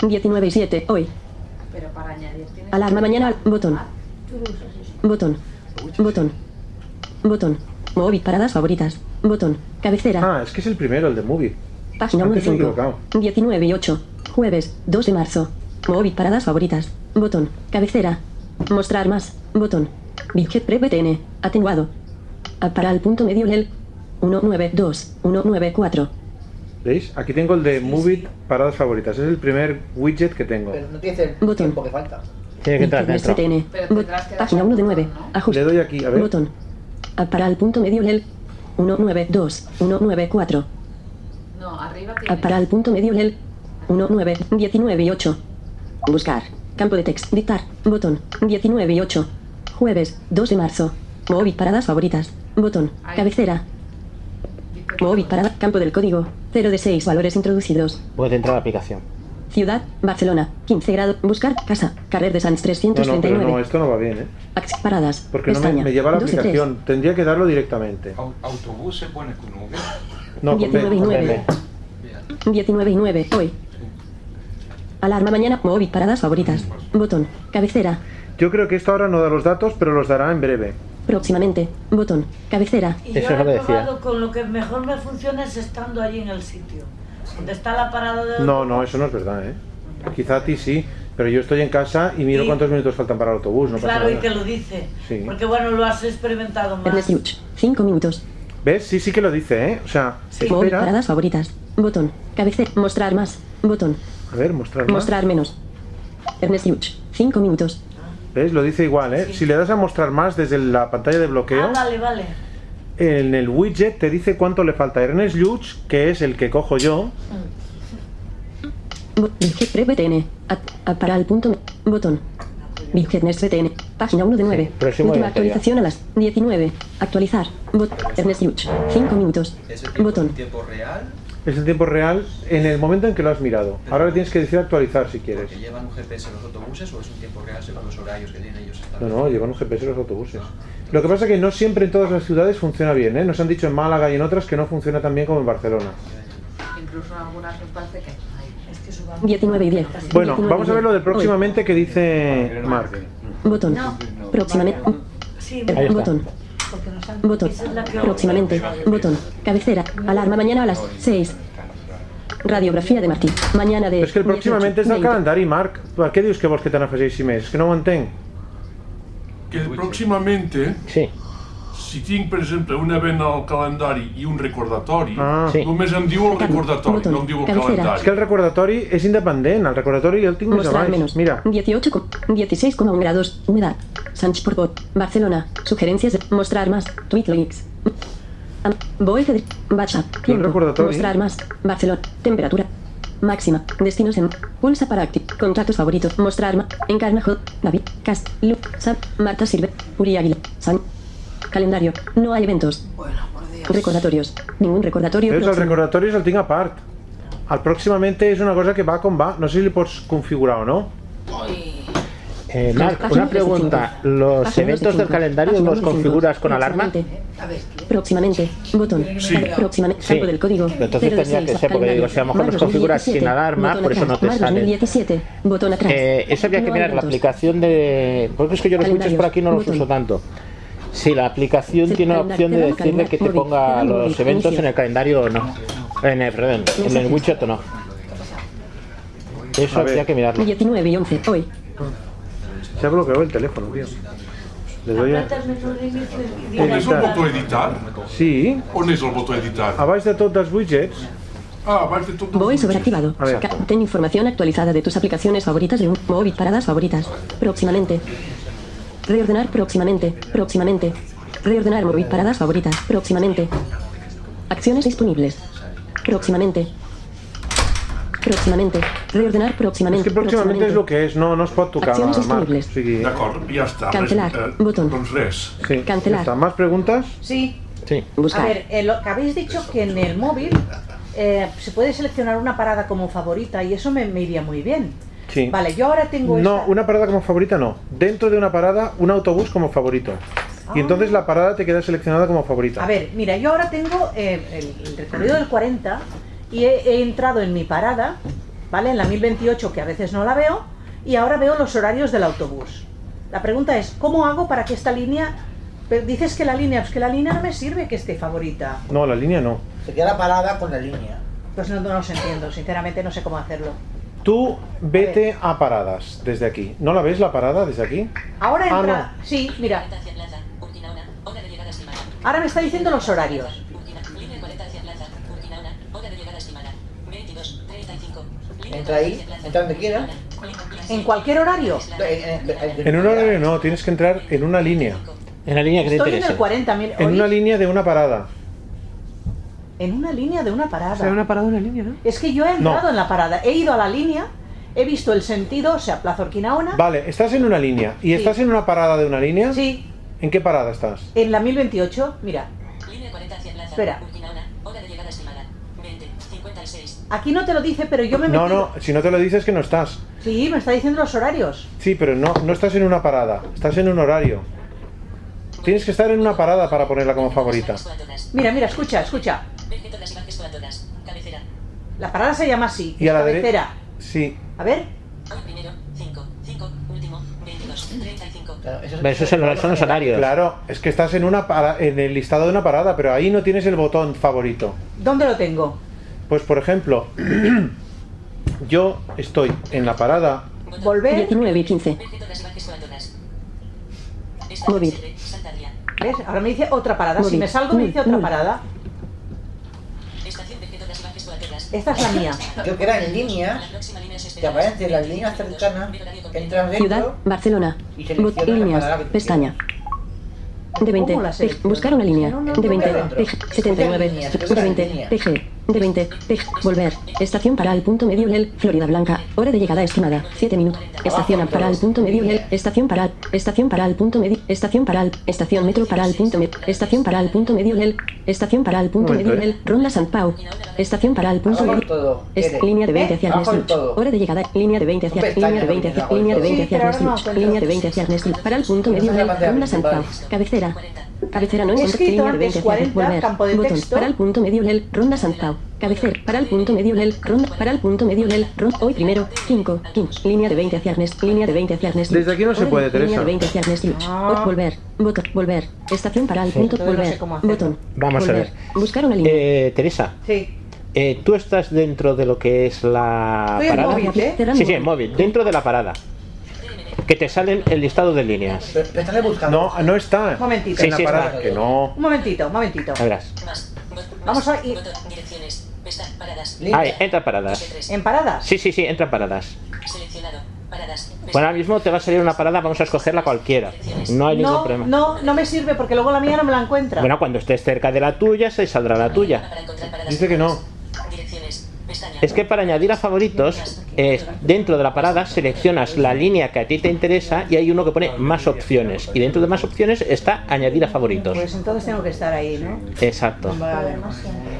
19 y 7. Hoy. Pero para añadir tienes Alarma mañana. Botón. Botón. Botón. Botón. Móvil. Paradas favoritas. Botón. Cabecera. Ah, es que es el primero, el de Movie. Página 1 de Antes me he 5. equivocado. 19 y 8. Jueves, 2 de marzo. Móvil paradas favoritas. Botón. Cabecera. Mostrar más. Botón. Widget pre-BTN. Atenuado. A- Para el punto medio LEL. 192. 194. ¿Veis? Aquí tengo el de Movie paradas favoritas. Es el primer widget que tengo. No te dice el tiempo que falta. Tiene que entrar Widget dentro. BTN. Bot- Página 1 de 9. Ajuste. Le doy aquí, a ver. Botón. A- Para el punto medio LEL. 192. 194. No, arriba Ah, tiene. Para el punto medio LEL 1, 9, 19 y 8. Buscar. Campo de text. Dictar. Botón. 19 y 8. Jueves, 2 de marzo. Móvil paradas favoritas. Botón. Cabecera. Móvil parada. Campo del código. 0 de 6 valores introducidos. Puedes entrar a la aplicación. Ciudad, Barcelona. 15 grados. Buscar. Casa. Carrer de Sanz No, no, pero 339. no, esto no va bien, ¿eh? Ax- Paradas. Porque no me, Pestaña. me lleva a la 12, tres. aplicación. Tendría que darlo directamente. Autobús se pone con V. No, con B, 19 y con 9. B. 19 y 9. Hoy. Alarma mañana. Móvil paradas favoritas. Botón. Cabecera. Yo creo que esto ahora no da los datos, pero los dará en breve. Próximamente, botón, cabecera. Y yo lo he probado con lo que mejor me funciona es estando allí en el sitio. Donde está la parada de... No, no, eso no es verdad, ¿eh? Quizá a ti sí, pero yo estoy en casa y miro Y- cuántos minutos faltan para el autobús, no pasa claro, y nada. te lo dice. Sí. Porque bueno, lo has experimentado más. Ernest Luch, 5 minutos. ¿Ves? Sí, sí que lo dice, ¿eh? O sea, Móvil, espera. paradas favoritas. Botón, cabecera, mostrar más. Botón, A ver, mostrar más. mostrar menos. Ernest Luch, 5 minutos. ¿Ves? Lo dice igual, ¿eh? Si le das a mostrar más desde la pantalla de bloqueo, Ah, vale, vale. en el widget te dice cuánto le falta a Ernest Lluch, que es el que cojo yo. Bo- Widget pre BTN. At- a- para el punto. Botón. Widget Nest BTN. Página 1 de 9. próximo Última de autoridad. actualización a las 19. Actualizar. Bot. Ernest Luch, 5 minutos. Botón. tiempo real, Es el tiempo real en el momento en que lo has mirado. Ahora le tienes que decir actualizar si quieres. que llevan un GPS los autobuses o es un tiempo real según los horarios que tienen ellos. No, no, llevan un GPS los autobuses. Lo que pasa es que no siempre en todas las ciudades funciona bien, ¿eh? Nos han dicho en Málaga y en otras que no funciona tan bien como en Barcelona. Incluso algunas me parece que. Ay, es que suba. 19 y 10. Bueno, 19 y vamos a ver lo de 10. Hoy. próximamente que dice Mark. Botón. Próximamente. Sí, Ahí está. Botón. Porque nos han... Botón. Esa es la que- Próximamente. Botón. Cabecera. Alarma mañana a las 6. Radiografía de Martí. Mañana de. Es que el próximamente és el calendari, Marc. Per què dius que vols que te n'afegeixi més? És que no ho entenc. que pròximamente, sí. si tinc, per exemple, un event al calendari i un recordatori, Ah. Sí. només em diu el recordatori, no em diu el És que calendari. el recordatori és independent, el recordatori el tinc més a Mostrar baix. menos. Mira, 18, com- 16,1 grados. Humedad. Sánchez por bot. Barcelona. Sugerencias. de- Mostrar más. Tweet links. Am- Voy de WhatsApp. Tiempo. recordatorio. Mostrar más. Barcelona. Temperatura. Máxima. Destinos en. Pulsa para acti. Contactos favoritos. Mostrar más. Encarnajo. David. Cast. Luke. Sam. Marta Silve. Uri Águila. San. Calendario. No hay eventos. Recordatorios. Ningún recordatorio. veus, el próximo. recordatori el tinc a part. El pròximamente és una cosa que va com va. No sé si li pots configurar o no. Eh, Marc, Página una pregunta. ¿Los Página eventos del 25. calendario Página los 25. configuras con alarma? Próximamente. Botón. Sí. Próximamente. Sí. Campo del código. Entonces 0 de tendría 6, que ser, porque calendario. digo, si a lo mejor Mar los configuras 2017, sin alarma, botón por eso no atrás. te Mar sale. 2017. Botón atrás. Eh, eso habría que No mirar hay la datos. aplicación de. Porque es que yo los Calendarios. switches por aquí no los Botón. uso tanto. Si la aplicación tiene la opción de Calendario. decirle que te Móvil. ponga Calendario. los eventos Inicio. en el calendario o no. En el, perdón, en el Mensajes. widget o no. Eso A ver. habría que mirarlo. 19 y 11. Hoy. Se ha bloqueado el teléfono, tío. Le doy a... Aprieta el menú de inicio y di On és el Editar. botó editar? Sí. On és el botó editar? A baix de tots els widgets... Ah, a baix de tot... Voy sobreactivado. A ver. Ca- Ten información actualizada de tus aplicaciones favoritas de un móvil paradas favoritas. Próximamente. Reordenar próximamente. Próximamente. Reordenar móvil paradas favoritas. Próximamente. Acciones disponibles. Próximamente. Próximamente. Reordenar És próximamente. que pròximament és el que és, no, no es pot tocar, Acciones Marc. O disponibles. sigui... D'acord, ja està. Cancelar. botón. Doncs res. Sí, Cancelar. Ja està. Más preguntas? Sí. Sí. A ver, eh, lo que habéis dicho que en el móvil eh, se puede seleccionar una parada como favorita y eso me, me iría muy bien. Sí. Vale, yo ahora tengo No, una parada como favorita no. Dentro de una parada, un autobús como favorito. Y entonces la parada te queda seleccionada como favorita. Ah. A ver, mira, yo ahora tengo eh, el, el recorrido del 40 y he, he entrado en mi parada, ¿vale? En la 1028, que a veces no la veo, y ahora veo los horarios del autobús. La pregunta es, ¿cómo hago para que esta línea... pero dices que la línea, pues que la línea no me sirve que esté favorita. No, la línea no. Se queda parada con la línea. Pues no, no los entiendo, sinceramente no sé cómo hacerlo. Tú vete a paradas desde aquí. ¿No la ves la parada desde aquí? Ahora Ah, entra. Sí, mira. Ahora me está diciendo los horarios. Entra ahí, entra donde quiera. En cualquier horario. En un horario no, tienes que entrar en una línea. En la línea que te Estoy en interese. el 40, mira, En hoy- una línea de una parada. En una línea de una parada. O sea, una parada, una línea, ¿no? Es que yo he entrado No. en la parada, he ido a la línea, he visto el sentido, o sea, Plaza Orquinaona, Vale, estás en una línea. ¿Y Sí. estás en una parada de una línea? Sí. ¿En qué parada estás? en la 1028, mira, Espera. aquí no te lo dice, pero yo me he No, metido- no, si no te lo dices que no estás. Sí, me está diciendo los horarios. Sí, pero no, no estás en una parada, estás en un horario. Tienes que estar en una parada para ponerla como favorita. Mira, mira, escucha, escucha. La parada se llama así. Y a la derecha. cabecera. Sí. A ver. Eso es el- son los horarios. Claro, es que estás en una para- en el listado de una parada, pero ahí no tienes el botón favorito. ¿Dónde lo tengo? Pues por ejemplo, yo estoy en la parada. Volver. 19 y 15. Móvil. ¿Ves? Ahora me dice otra parada. Si Móvil, me salgo, me móvil, dice otra móvil. parada. Esta es la mía. Creo que eran líneas que aparecen las líneas cercanas, entras Ciudad, dentro Barcelona. y Bot- seleccionas la líneas, palabra que tú pestaña. De 20, ¿Cómo la pej- seleccionas? buscar una línea. No, no, de no, 20, no, no. pej- 79, Líneas, de 20, líneas. PG, de 20, pej- volver. Estación para el punto medio Lel, Florida Blanca. Hora de llegada estimada, 7 minutos. Estación para el punto medio Lel, estación para el, estación para el punto medio, estación para el, estación metro para el punto medio, estación para el punto medio Lel, estación para el punto Un medio momento, Lel, Ronda San Pau. Estación para el punto Abajo medio. del todo, Es Tere. línea de 20 hacia ¿Eh? Abajo del Ernest Lluch. todo. Hora de llegada, línea de 20 hacia, Son línea de pestañas, 20 hacia, abajo del línea de todo. 20 hacia Sí, pero Ernest ahora no Lluch. encuentro. Línea de 20 hacia Ernest Lluch. Para el punto medio Esa es la Lel, pantalla Ronda San Pau. principal. Cabecera. Cabecera no He encuentro escrito línea de 20 antes hacia 40, volver. campo de Botón. texto. Para el punto medio Lel, Ronda San Pau. Cabecera. Para el punto medio Lel, Ronda. Para el punto medio Lel, Ronda. Hoy primero, 5, 15. Línea de 20 hacia Ernest. Línea de 20 hacia Ernest Lluch. Desde aquí no se Hora de- puede, Línea Teresa. de 20 hacia Ernest Lluch. Ah. Hoy volver. Botón. Volver. Estación para el Sí. punto. Entonces no Volver. sé cómo hacerlo. Botón. Vamos a Volver. ver. Buscar una línea. Eh, Teresa, Sí. eh, tú estás dentro de lo que es la Estoy en parada. móvil, ¿eh? Sí, sí, en móvil, dentro de la parada. Que te salen el listado de líneas. No, no está. Momentito. Sí, sí está. Que no. Un momentito, un momentito. Ya verás. Vamos a ir. Ahí, Ah, entra paradas. ¿En paradas? Sí, sí, sí, entra en paradas. Seleccionado. Paradas. Bueno, ahora mismo te va a salir una parada, vamos a escogerla cualquiera. No hay ningún No, problema. no, no me sirve porque luego la mía no me la encuentra. Bueno, cuando estés cerca de la tuya, se saldrá la tuya. Dice que no. Es que para añadir a favoritos, eh, dentro de la parada seleccionas la línea que a ti te interesa y hay uno que pone más opciones. Y dentro de más opciones está añadir a favoritos. Pues entonces tengo que estar ahí, ¿no? Exacto. Vale.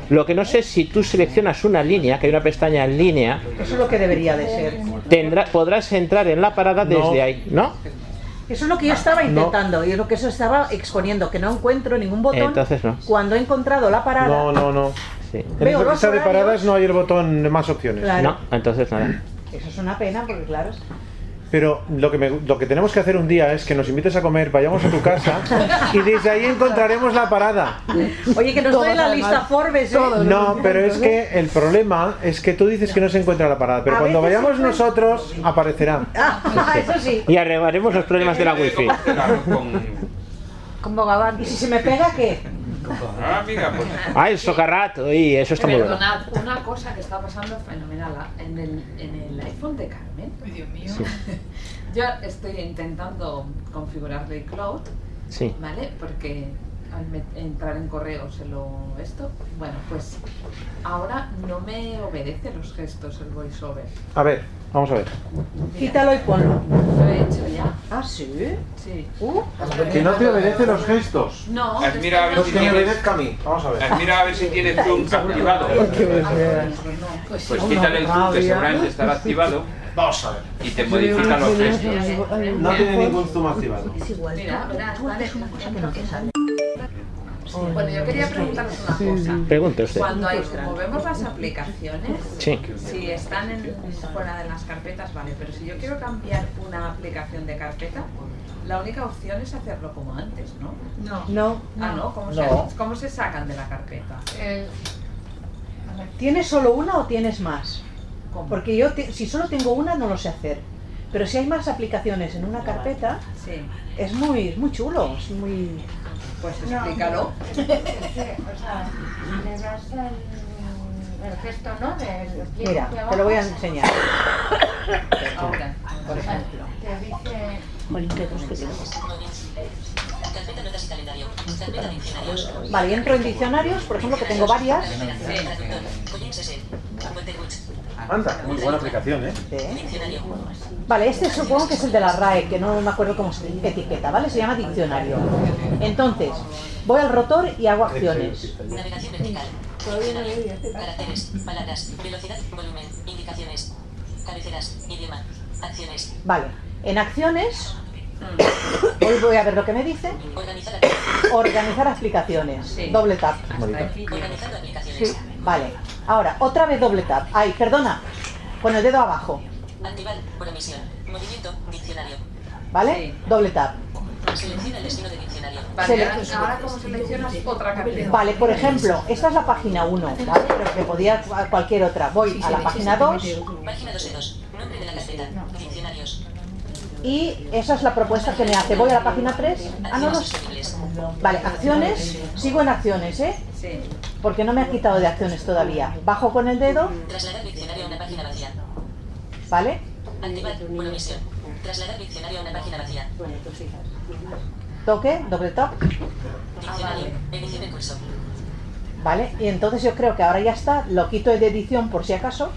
Lo que no sé es si tú seleccionas una línea, que hay una pestaña en línea, Eso es lo que debería de ser. tendrá, podrás entrar en la parada desde ahí, ¿no? Eso es lo que yo estaba intentando y es lo que eso estaba exponiendo, que no encuentro ningún botón. Entonces no. Cuando he encontrado la parada, No, no, no. En Veo esa los lista de horarios. paradas no hay el botón de más opciones. Claro. No, entonces nada. eso es una pena porque claro, Pero lo que, me- lo que tenemos que hacer un día es que nos invites a comer, vayamos a tu casa y desde ahí encontraremos la parada. Oye, que no estoy en la lista Forbes, ¿eh? No, pero es que el problema es que tú dices que no se encuentra la parada, pero A cuando veces vayamos se encuentra. nosotros aparecerá. Ah, eso sí. Y arreglaremos los problemas de la wifi. Con bogavante. ¿Y si se me pega qué? Ah, mira, pues. Ah, el socarrat, y eso está muy bueno. Perdonad, una cosa que está pasando fenomenal en el, en el iPhone de Carmen. Dios mío. Sí. Yo estoy intentando configurarle el cloud, Sí. ¿vale? Porque al me- entrar en correo se lo esto. Bueno, pues ahora no me obedece los gestos el voiceover. A ver, vamos a ver. Quítalo y ponlo. Lo he hecho ya. Ah, sí. Sí. Uh. Que no te obedece los gestos. No, Admira, a ver Los si que me tienes- obedezca a mí. Vamos a ver. Mira a ver si tienes tú un activado. Pues quítale el zoom que seguramente estará activado. Vamos a ver. Y te modifican los gestos. No tiene ningún zoom activado. Es igual. Mira, tú- verás, tú haces una cosa que no te sale. Bueno, yo quería preguntaros una cosa. Pregunte usted. Cuando hay, como vemos las aplicaciones, Sí. si están en, fuera de las carpetas, vale, pero si yo quiero cambiar una aplicación de carpeta, la única opción es hacerlo como antes, ¿no? No. Ah, no, ¿cómo, Se, No. cómo se sacan de la carpeta? ¿Tienes solo una o tienes más? Porque yo, te- si solo tengo una, no lo sé hacer. Pero si hay más aplicaciones en una carpeta, Sí. es muy, es muy chulo, es muy... Pues explícalo. Sí, o sea, le das el, el gesto, ¿no? Del pie Mira, hacia te lo voy a abajo, enseñar. Ahora, por ejemplo. Te dice... Vale, y entro en diccionarios, por ejemplo, que tengo varias. eh, Anda, muy buena aplicación, ¿eh? Vale, este supongo que es el de la RAE, que no me acuerdo cómo se etiqueta, ¿vale? Se llama diccionario. Entonces, voy al rotor y hago acciones. Navegación vertical. Todavía no leí este Caracteres, palabras, velocidad, volumen, indicaciones, cabeceras, idioma, acciones. Vale, en acciones, hoy voy a ver lo que me dice. Organizar Organizar aplicaciones. Doble tap. Organizando aplicaciones. Sí, vale. Ahora, otra vez doble tap. Ay, perdona. Con el dedo abajo, Activar por omisión. Movimiento, diccionario. ¿vale? Doble tap. Selecciona el destino de diccionario. Vale, Selec- ahora como seleccionas otra carpeta. Vale, por ejemplo, esta es la página 1, ¿vale? Pero que podía a cualquier otra. Voy a la página 2 Página 2 de 2. Nombre de la carpeta. Diccionarios. y esa es la propuesta que me hace. Voy a la página 3. Ah, no, no. Accesibles. Vale, acciones. Sigo en acciones, ¿eh? Sí. Porque no me ha quitado de acciones todavía. Bajo con el dedo, Trasladar diccionario a una página vacía. ¿vale? Activar por omisión. Trasladar diccionario a una página vacía. pues Toque, doble tap, Ah, Diccionario. Elegir el curso. ¿vale? Y entonces yo creo que ahora ya está. Lo quito de edición por si acaso.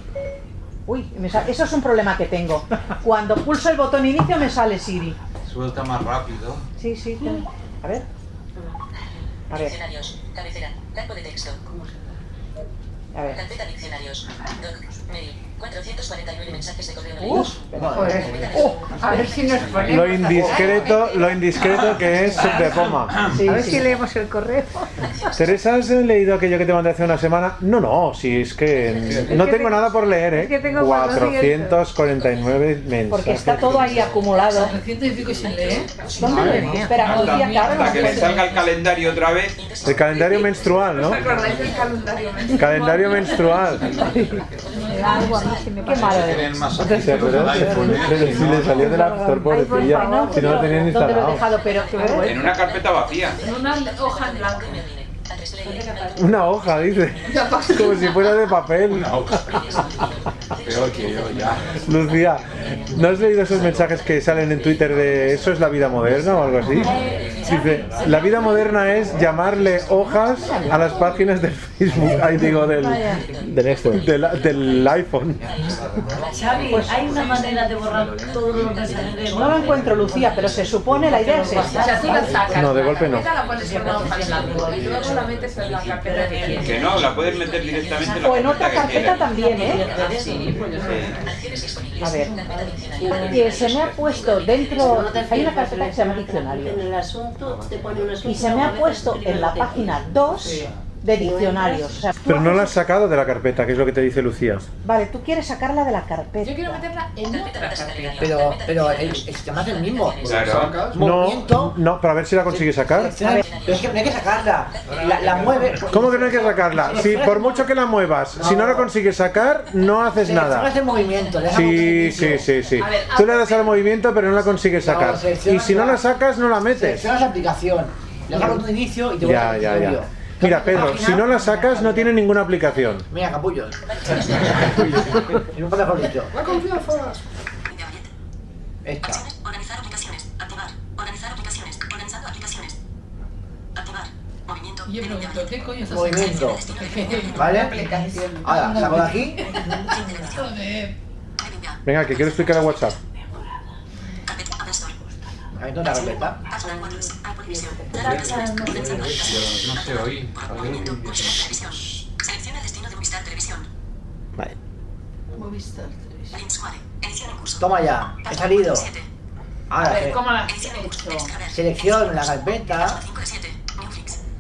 Uy, me sa- eso es un problema que tengo. Cuando pulso el botón inicio me sale Siri. Suelta más rápido. Sí, sí. ten- A ver. A ver. Diccionarios. Cabecera. Campo de texto. A ver. Carpeta diccionarios. Doc. Mail. 449 mensajes de correo Uf, Carpeta joder. de- A ver si nos Lo indiscreto, lo indiscreto que es Ah, Septepoma. Sí, A ver sí. si leemos el correo. Teresa, ¿has leído aquello que te mandé hace una semana? No, no, si es que no tengo nada por leer, ¿eh? Es que tengo 449 mensajes. Porque está todo ahí acumulado. ¿Dónde lo Madre leí? mía. Espera, Hasta- podía acabar Hasta que una me cosa. salga el calendario otra vez. El calendario menstrual, ¿no? del calendario? Calendario menstrual. Qué malo Tienen más Se acordó, se- se le salió del App Store, pobrecilla. Si no lo tenían ¿Dónde lo he instalado. dejado? Pero, En una carpeta vacía. En una hoja en blanco. Una hoja, dice. Como si fuera de papel. Una hoja. Peor que yo, ya. Lucía, ¿no has leído esos mensajes que salen en Twitter de eso es la vida moderna o algo así? Dice, la vida moderna es llamarle hojas a las páginas del Facebook, ahí digo, del, del, del iPhone. Xavi, hay una manera de borrar todo lo que sale de no lo encuentro, Lucía, pero se supone la idea es esta. O sea, tú la sacas. No, de golpe no. Esta la pones en una hoja en blanco y luego la metes en la carpeta que quieres. Que no, la puedes meter directamente en la O en otra carpeta que carpeta quieras. también, ¿eh? Sí, pues yo sé. A ver. Y se me ha puesto dentro. Hay una carpeta que se llama diccionario. En el asunto te pone un asunto. Y se me ha puesto en la página 2 de diccionarios. O sea, tú Pero no la has sacado de la carpeta, que es lo que te dice Lucía. Vale, tú quieres sacarla de la carpeta. Yo quiero meterla en otra carpeta. Pero, pero el, el sistema es el mismo. Claro. No, no, pero a ver si la consigues sacar. Pero es que no hay que sacarla. La, la mueve. ¿Cómo que no hay que sacarla? Si por mucho que la muevas, si no la consigues sacar, no haces Selecciona Pues nada. ese movimiento. deja Sí, sí, sí, sí. A ver, Tú le das al movimiento, pero no la consigues No, sacar. selecciona Y si no la sacas, no la metes. Seleccionas la aplicación. Le das un inicio y te Ya, ya, ya. Mira, Pedro, si no la sacas, no tiene ninguna aplicación. Mira, capullo. en un papel favorito. La confianza. Esta. Organizar aplicaciones. Activar. Organizar aplicaciones. Organizando aplicaciones. Activar. Movimiento. Yo pregunto, ¿qué coño estás Movimiento. haciendo? ¿Vale? Ahora, saco de aquí. Joder. Venga, que quiero explicar a WhatsApp. A ver, ¿dónde la carpeta? No sé, oí. Selecciona el destino de Movistar Televisión. Vale. Movistar Televisión. Link Suárez. Edición en curso. Toma ya. He salido. A Ahora, ver, se- ¿cómo la has hecho? selecciono la carpeta.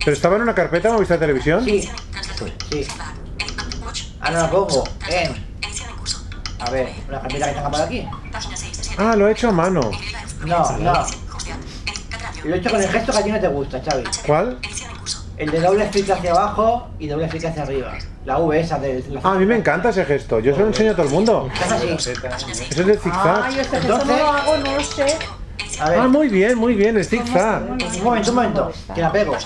¿Pero estaba en una carpeta Movistar Televisión? Sí. Sí. Ahora la pongo en. A ver, una carpeta que tenga por aquí. Ah, lo he hecho a mano. No, no. Lo he hecho con el gesto que a ti no te gusta, Xavi. ¿Cuál? El de doble clic hacia abajo y doble clic hacia arriba. La V esa de... La... Ah, a mí me encanta ese gesto. Yo se lo enseño a todo el mundo. Eso es de zigzag. Ay, este gesto no lo hago, no lo sé. A ver. Ah, muy bien, muy bien, es zigzag. Un momento, un momento. Que la pego.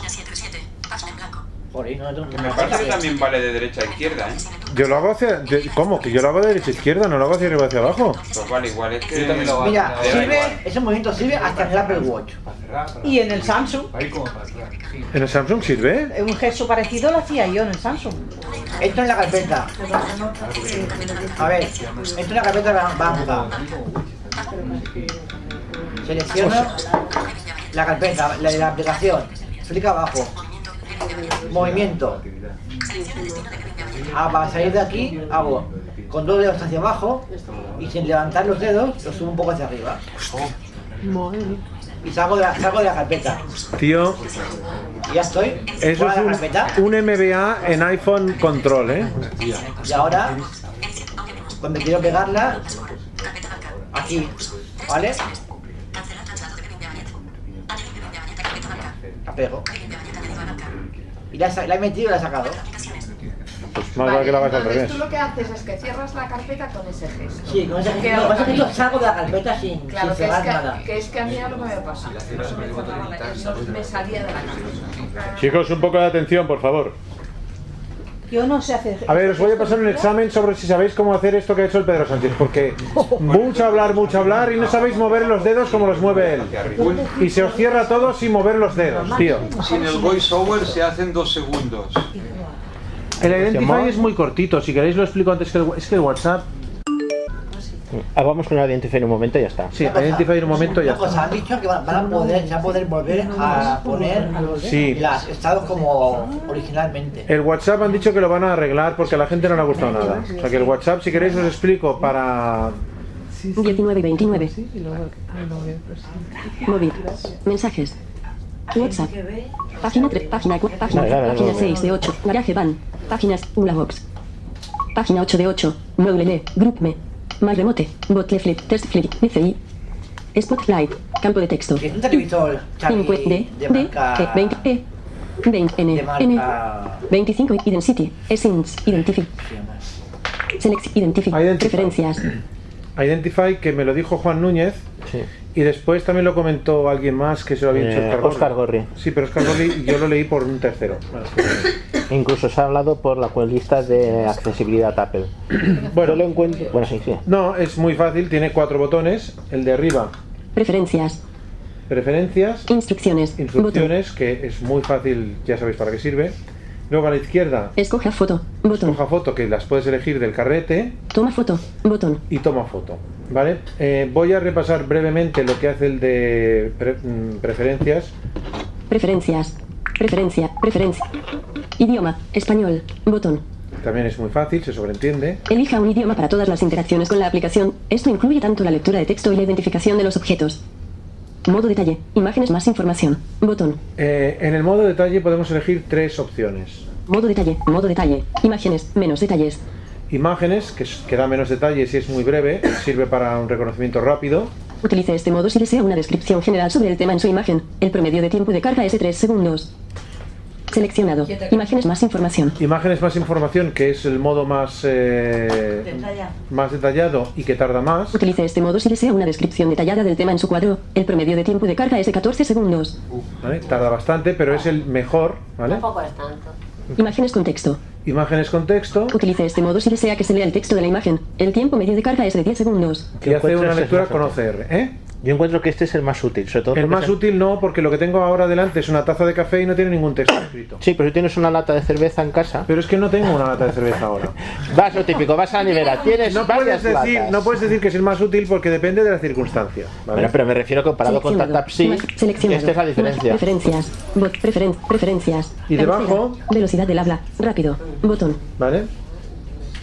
Por ahí, no, no, Me parece que también vale de derecha a izquierda, ¿eh? Yo lo hago hacia. de- ¿Cómo? Que yo lo hago de derecha a izquierda, no lo hago hacia arriba hacia abajo. Pues vale, igual, es que... Yo también lo hago. Mira, Me da sirve, igual. ese movimiento sirve hasta en el Apple Watch. Y en el Samsung, Ahí como ¿En el Samsung sirve? eh, un gesto parecido lo hacía yo en el Samsung. Esto en la carpeta. A ver, esto es una carpeta va- banda. Selecciona la carpeta, la de la aplicación. Clic abajo. Movimiento. Ah, para salir de aquí hago con dos dedos hacia abajo y sin levantar los dedos los subo un poco hacia arriba. Y salgo de la, salgo de la carpeta. Tío, Y ya estoy. eso fuera es de la un, carpeta. un MBA en iPhone Control, ¿eh? Y ahora, cuando quiero pegarla, aquí, ¿vale? La pego. Y la, he sa- la he metido y la he sacado. Pues más vale que la hagas al Entonces revés. tú lo que haces es que cierras la carpeta con ese gesto. Sí, con ese gesto. Pero Lo que pasa es que a yo mí- salgo de la carpeta sin, Claro, sin que es cerrar que, nada. que es que a mí algo me pasa. Por eso me cerraba la- no me salía de la carpeta. Chicos, un poco de atención, por favor. Yo no sé hacer. A ver, os voy a pasar un examen sobre si sabéis cómo hacer esto que ha hecho el Pedro Sánchez, porque mucho hablar, mucho hablar y no sabéis mover los dedos como los mueve él. Y se os cierra todo sin mover los dedos, tío. Sin el voiceover se hacen dos segundos. El Identify es muy cortito, si queréis lo explico antes que el, es que el WhatsApp. Ah, vamos con el Identify en un momento y ya está. Sí, Identify en un momento y ya Una cosa, está. han dicho que van van a poder, se van a poder volver a poner Sí. los estados como originalmente. El WhatsApp han dicho que lo van a arreglar porque a la gente no le ha gustado nada. O sea que el WhatsApp, si queréis, os explico para 19 y 29. Móvil. Mensajes. WhatsApp. Página 3, página 4, página, Vale, vale, página vale. 6 de 8. Garaje van. Páginas Ulabox. Página 8 de 8. Google Group Me. My Remote. Botle Flip. Test Flip. DCI. Spotlight. Campo de texto. Un televisor Xavi, 5 D. de D. E. marca 20 E. 20 N. N. marca- 25 Identity. Essence. Identify. Select. Identify. Referencias. Identify, que me lo dijo Juan Núñez. Y después también lo comentó alguien más que se lo había dicho Eh, Oscar Gorri. Oscar Gorri. Sí, pero Oscar Gorri yo lo leí por un tercero. Incluso se ha hablado por la lista de accesibilidad Apple. Bueno, lo encuentro. Bueno, sí, sí. No, es muy fácil, tiene cuatro botones. El de arriba, Preferencias. preferencias, Instrucciones. Botón. instrucciones, que es muy fácil, ya sabéis para qué sirve. Luego a la izquierda, Escoja foto. Botón. Pues coja foto, que las puedes elegir del carrete. Toma foto. Botón. y toma foto. ¿Vale? Eh, voy a repasar brevemente lo que hace el de pre- mm, preferencias. Preferencias. Preferencia. Preferencia. Idioma. Español. Botón. También es muy fácil, se sobreentiende. Elija un idioma para todas las interacciones con la aplicación. Esto incluye tanto la lectura de texto y la identificación de los objetos. Modo detalle. Imágenes más información. Botón. Eh, en el modo detalle podemos elegir tres opciones. Modo detalle. Modo detalle. Imágenes. Menos detalles. Imágenes, que, es- que da menos detalles y es muy breve, sirve para un reconocimiento rápido. Utilice este modo si desea una descripción general sobre el tema en su imagen. El promedio de tiempo de carga es de 3 segundos. Seleccionado. Imágenes más información. Imágenes más información, que es el modo más, eh, Detallado. más detallado y que tarda más. Utilice este modo si desea una descripción detallada del tema en su cuadro. El promedio de tiempo de carga es de 14 segundos. ¿vale? Tarda bastante, pero es el mejor. ¿vale? Tampoco es tanto. Imágenes con texto. Imágenes con texto. Utilice este modo si desea que se lea el texto de la imagen. El tiempo medio de carga es de 10 segundos. Y hace una encuentras lectura es con más OCR. ¿eh? Yo encuentro que este es el más útil, sobre todo. El porque más se- útil no, porque lo que tengo ahora delante es una taza de café y no tiene ningún texto escrito. Sí, pero si tienes una lata de cerveza en casa. Pero es que no tengo una lata de cerveza ahora. Vas lo típico, vas a la nevera, tienes no varias puedes, decir, latas. no puedes decir que es el más útil porque depende de la circunstancia. ¿vale? Bueno, pero me refiero comparado con Seleccionado. TatapSi, Ima- seleccionado. esta es la diferencia. Ima- Preferencias. Bot. Preferen- preferencias. Y debajo- Cabecera. Velocidad del habla. Rápido. Botón. ¿Vale?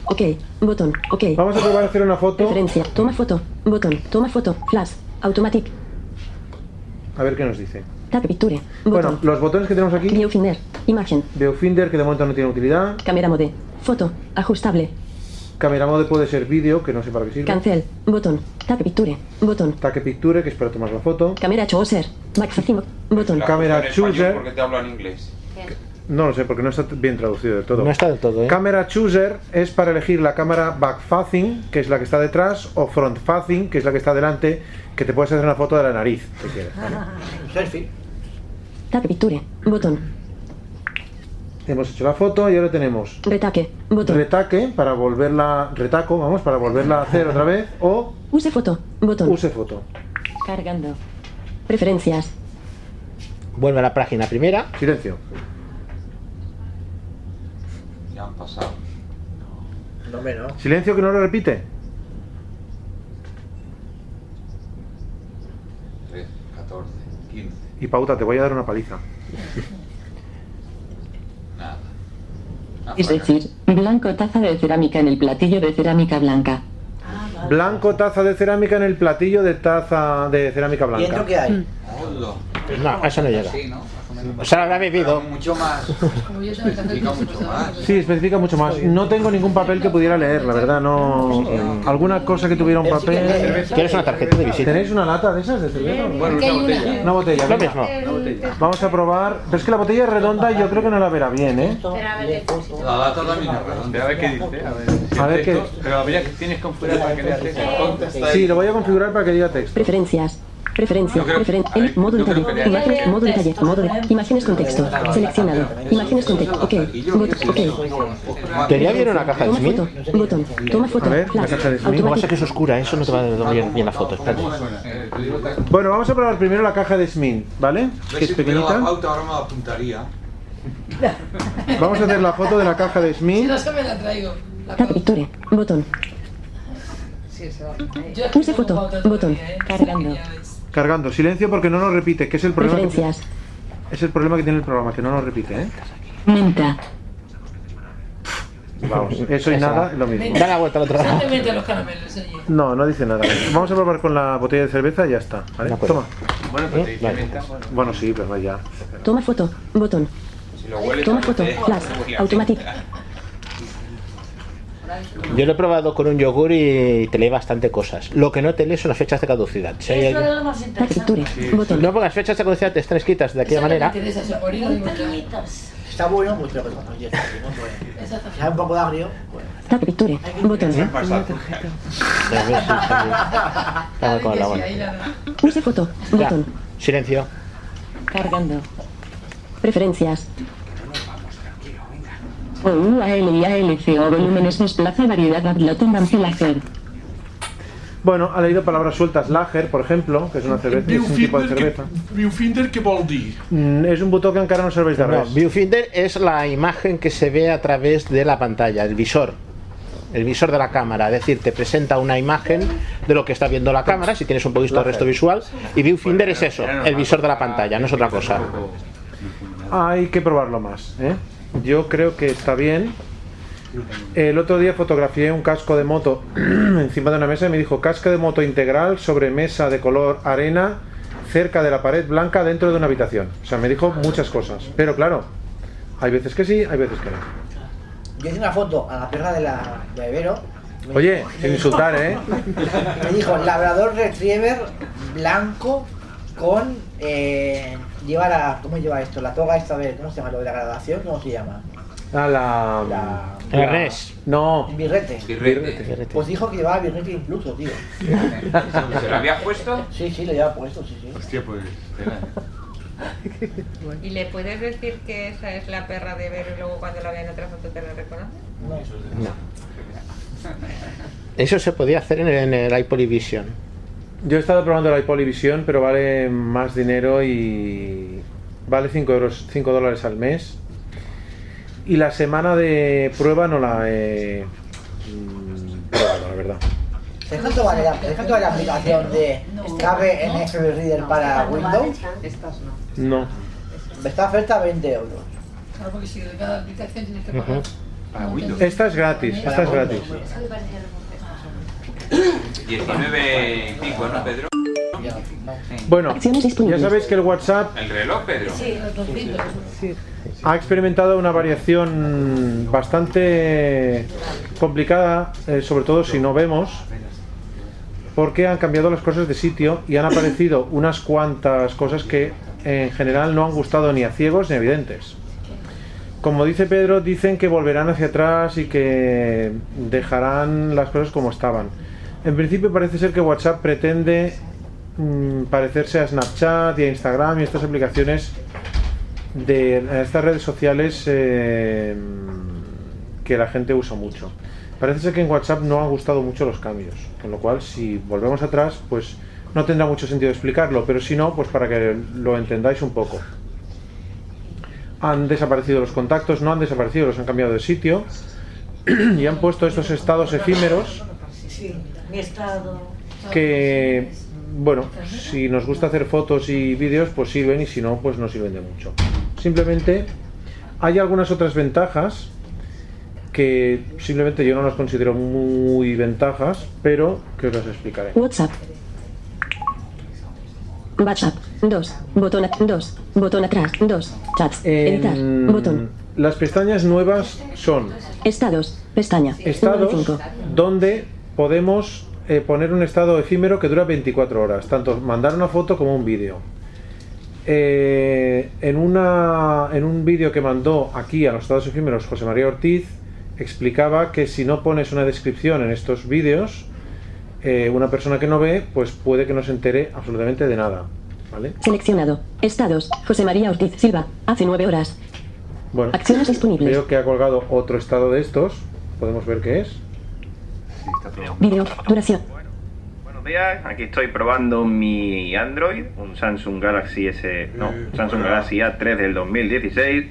Ok. Botón. Ok. Vamos a probar a hacer una foto. Preferencia. Toma foto. Botón. Toma foto. Flash. Automatic. A ver qué nos dice. Tap picture. Bueno, los botones que tenemos aquí. Viewfinder. Imagen. Viewfinder, que de momento no tiene utilidad. Cámara mode. Foto. Ajustable. Camera mode puede ser vídeo, que no sé para qué sirve. Cancel. Botón. Tap picture. Botón. Taque picture, que es para tomar la foto. Cámara chooser. Back facing. Botón. Cámara Porque chooser. te hablo en inglés. No lo sé, porque no está bien traducido del todo. No está del todo, ¿eh? Cámara chooser es para elegir la cámara back facing, que es la que está detrás, o front facing, que es la que está delante, que te puedes hacer una foto de la nariz, si quieres. ¿vale? Selfie. Tap Picture. Botón. Hemos hecho la foto y ahora tenemos Retaque. Botón. retaque para volverla, retaco, vamos, para volverla a hacer otra vez, o Use foto. Botón. use foto. Cargando. Preferencias. Vuelve a la página primera. Silencio. Ya han pasado. No me no. Silencio que no lo repite. 13, 14, 15. Y pauta, te voy a dar una paliza. Nada. Es decir, blanco taza de cerámica en el platillo de cerámica blanca. Blanco taza de cerámica en el platillo de taza de cerámica blanca. hay? Hola. Pues No, eso no llega. Sí, ¿no? Más o menos. O sea, lo habrá bebido. Mucho más. Como yo tengo que hacer Explica mucho Sí, especifica mucho más. No tengo ningún papel que pudiera leer, la verdad, no. Alguna cosa que tuviera un papel. ¿Quieres una tarjeta de visita? ¿Tenéis una lata de esas de cerveza? Bueno, una Aquí hay botella. una. Una botella, Lo venga. mismo. Vamos a probar. Pero es que la botella es redonda y yo creo que no la verá bien, ¿eh? La lata también es redonda. A ver qué dice, a ver. A ver qué. Pero habría que tienes que configurar para que no Sí, lo voy a configurar para que diga texto. Preferencias. Preferencias. Yo creo- Preferen- a ver, el- modo yo creo detalle. que le- Imágenes. Modo detalle. Modo de- Imágenes con texto. Seleccionado. Imágenes con texto. Ok. Bot- ok. Quería ver una caja de Toma Smith. foto. Botón. Toma foto. Flash. Lo que pasa es Automático. que es oscura, eso no te va a dar bien, bien la foto. espérate. Eh, Bueno, vamos a probar primero la caja de Smith, ¿vale? Que ¿Ves? es Si tuviera la pequeñita. pauta ahora me la apuntaría. Vamos a hacer la foto de la caja de Si Smith. no se me la traigo. La Tap Victoria. Botón. Sí, se va. Yo Puse foto. Botón. Cargando. Cargando. Silencio porque no nos repite, que es el problema. Que, Preferencias. es el problema que tiene el programa, que no nos repite, ¿eh? Menta. Vamos, eso y Esa. nada es lo mismo. Da la vuelta al otro lado. Simplemente los caramelos, oye. No, no dice nada. Vamos a probar con la botella de cerveza y ya está. ¿vale? De acuerdo. Toma. Bueno, pues pero te dice Vale. menta, Bueno, sí, pero ya. Toma foto. Botón. Toma foto. Flash. Automatic. Yo lo he probado con un yogur y te lee bastante cosas. Lo que no te lee son las fechas de caducidad. Si hay Eso alguien- era lo más interesante. No, porque las fechas de caducidad están escritas de aquella Eso no me manera. interesa. Esas soporino Muy de montón. pequeñitas. Está bueno, pues pero que no llega, no puede. Esas Si hay un poco de agrio, pues. Tap Victoria. Botón. ¿Eh? Vamos con la buena. Use foto. Ya. Botón. Silencio. Cargando. Preferencias. OU AL ALCO volúmenes desplaza variedad upload cancela hacer. Bueno, ha leído palabras sueltas. Lager, por ejemplo, que es una cerveza, es un tipo de Viewfinder, cerveza. què, Viewfinder què vol dir? Mm, es un botón que encara no serveix de No, res. viewfinder es la imagen que se ve a través de la pantalla, el visor. El visor de la cámara, es decir, te presenta una imagen de lo que está viendo la cámara, si tienes un poquito de resto visual, y viewfinder es eso, el visor de la pantalla, no es otra cosa. Hay que probarlo más. ¿eh? Yo creo que está bien. El otro día fotografié un casco de moto encima de una mesa y me dijo casco de moto integral sobre mesa de color arena cerca de la pared blanca dentro de una habitación. O sea, me dijo muchas cosas. Pero claro, hay veces que sí, hay veces que no. Yo hice una foto a la perra de la de Ibero. me Oye, dijo- sin insultar, ¿eh? Me dijo, labrador retriever blanco con. Eh, lleva la. ¿Cómo lleva esto? La toga esta vez, ¿cómo se llama? Lo de la graduación, ¿cómo se llama? A la... La- la- Ernest. No. El birrete. Birrete. Pues dijo que llevaba birrete incluso, tío. ¿Se lo habías puesto? Sí, sí, lo llevaba puesto, sí, sí. Hostia, pues. ¿Y le puedes decir que esa es la perra de Vero y luego cuando la vean en otra foto te la reconoces? No. Eso se podía hacer en el, en el iPolyvision. Yo he estado probando la iPolyvision, pero vale más dinero y vale 5 euros, 5 dólares al mes. Y la semana de prueba no la he mm, probado, la verdad. ¿Sabes cuánto vale la, ¿sabes cuánto vale la aplicación de Cabe en Xbox Reader para Windows? Estas no. No. Esta oferta 20 euros. Claro, porque si de cada aplicación tienes que pagar. Ah, Ah, Esta es gratis, esta es gratis. 19 y pico, ¿no, Pedro? Bueno, ya sabéis que el WhatsApp El reloj, Pedro. Sí, los doscientos. ha experimentado una variación bastante complicada, eh, sobre todo si no vemos, porque han cambiado las cosas de sitio y han aparecido unas cuantas cosas que en general no han gustado ni a ciegos ni a videntes. como dice Pedro, dicen que volverán hacia atrás y que dejarán las cosas como estaban. En principio parece ser que WhatsApp pretende mm, parecerse a Snapchat y a Instagram y estas aplicaciones de a estas redes sociales eh, que la gente usa mucho. Parece ser que en WhatsApp no han gustado mucho los cambios, con lo cual si volvemos atrás, pues no tendrá mucho sentido explicarlo, pero si no, pues para que lo entendáis un poco. Han desaparecido los contactos, no han desaparecido, los han cambiado de sitio y han puesto estos estados efímeros Sí, mi estado. que, bueno, si nos gusta hacer fotos y vídeos, pues sirven y si no, pues no sirven de mucho. Simplemente hay algunas otras ventajas que simplemente yo no las considero muy ventajas, pero que os las explicaré. WhatsApp. WhatsApp. 2. Botón 2. Botón atrás. 2. Chats. Em, Editar. En- Botón. Las pestañas nuevas son Estados. Pestaña. estados Número cinco. donde podemos eh, poner un estado efímero que dura 24 horas, tanto mandar una foto como un vídeo. Eh, en, una, en un vídeo que mandó aquí a los estados efímeros José María Ortiz, explicaba que si no pones una descripción en estos vídeos, eh, una persona que no ve, pues puede que no se entere absolutamente de nada. ¿Vale? Seleccionado. Estados. José María Ortiz Silva. Hace 9 horas. Bueno, Acciones disponibles. Veo que ha colgado otro estado de estos. Podemos ver qué es. Video. Duración. Buenos días, aquí estoy probando mi Android, un Samsung Galaxy S, no, Eh, Samsung Galaxy A3 del 2016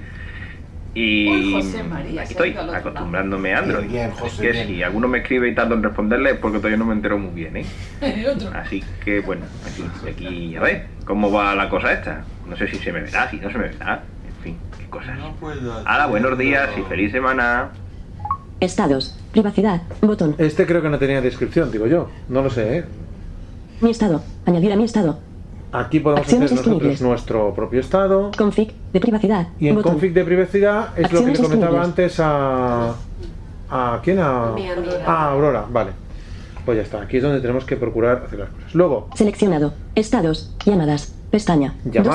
y Uy, José María, aquí se ha estoy ido al otro acostumbrándome a Android. Bien, bien, Así José, que bien. si alguno me escribe y tardo en responderle es porque todavía no me entero muy bien, ¿eh? El otro. Así que bueno, aquí, aquí a ver cómo va la cosa esta. No sé si se me verá, si no se me verá, en fin, qué cosas. Hala, buenos días y feliz semana. Estados. Privacidad. Botón. Este creo que no tenía descripción, digo yo. No lo sé, ¿eh? Mi estado. Añadir a mi estado. Aquí podemos Acciones hacer nosotros disponibles. nuestro propio estado. Config de privacidad. Y en Botón. config de privacidad es lo que Acciones le comentaba disponibles. antes a. ¿A quién? A, Mi Aurora. a Aurora, vale. Pues ya está, aquí es donde tenemos que procurar hacer las cosas. Luego, Seleccionado. Estados. Llamadas. Pestaña. dos de cinco.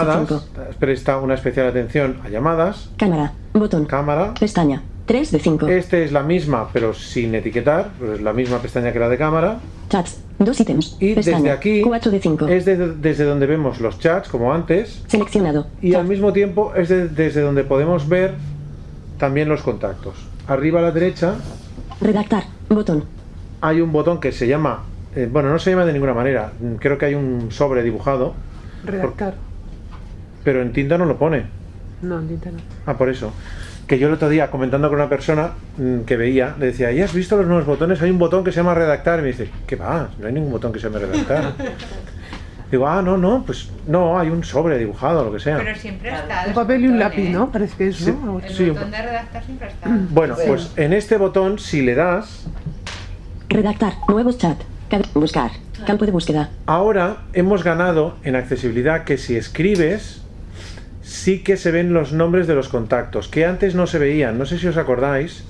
llamadas. Presta una especial atención a llamadas. Cámara. Botón. Cámara. Pestaña. 3 de 5. Este es la misma, pero sin etiquetar, pero es la misma pestaña que la de cámara. Chats. Dos ítems. Y Pestaña. desde aquí 4 de 5. es desde, desde donde vemos los chats, como antes, Seleccionado. y al mismo tiempo es de- desde donde podemos ver también los contactos. Arriba a la derecha Redactar. Botón. hay un botón que se llama, eh, bueno, no se llama de ninguna manera, mm, creo que hay un sobre dibujado, Redactar. pero en tinta no lo pone. No, Anita no. Ah, por eso. Que yo el otro día, comentando con una persona mm, que veía, le decía, ¿y has visto los nuevos botones? Hay un botón que se llama redactar. Y me dice, ¿qué va? No hay ningún botón que se llame redactar. Digo, ah, no, no, pues no, hay un sobre dibujado, lo que sea. Pero siempre ha estado. Un papel y un lápiz, ¿no? Parece que es, ¿no? ¿eh? El Sí, un botón de redactar siempre ha estado. Bueno, pues en este botón, si le das, Redactar. Nuevos chat. Cab- Buscar. Campo de búsqueda. ahora hemos ganado en accesibilidad que si escribes, sí que se ven los nombres de los contactos, que antes no se veían. No sé si os acordáis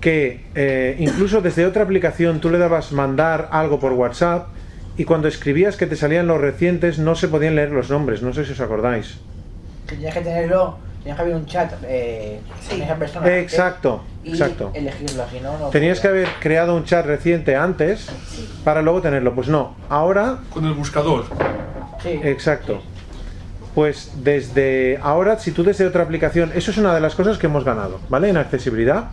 que eh, incluso desde otra aplicación tú le dabas mandar algo por WhatsApp y cuando escribías que te salían los recientes no se podían leer los nombres. No sé si os acordáis. Tenías que tenerlo, tenías que haber un chat eh, con esa persona. Exacto, y exacto. elegirlo, si no, no. Tenías que haber creado un chat reciente antes para luego tenerlo. Pues no, ahora Con el buscador. Exacto. Pues desde ahora, si tú desde otra aplicación, eso es una de las cosas que hemos ganado, ¿vale? En accesibilidad.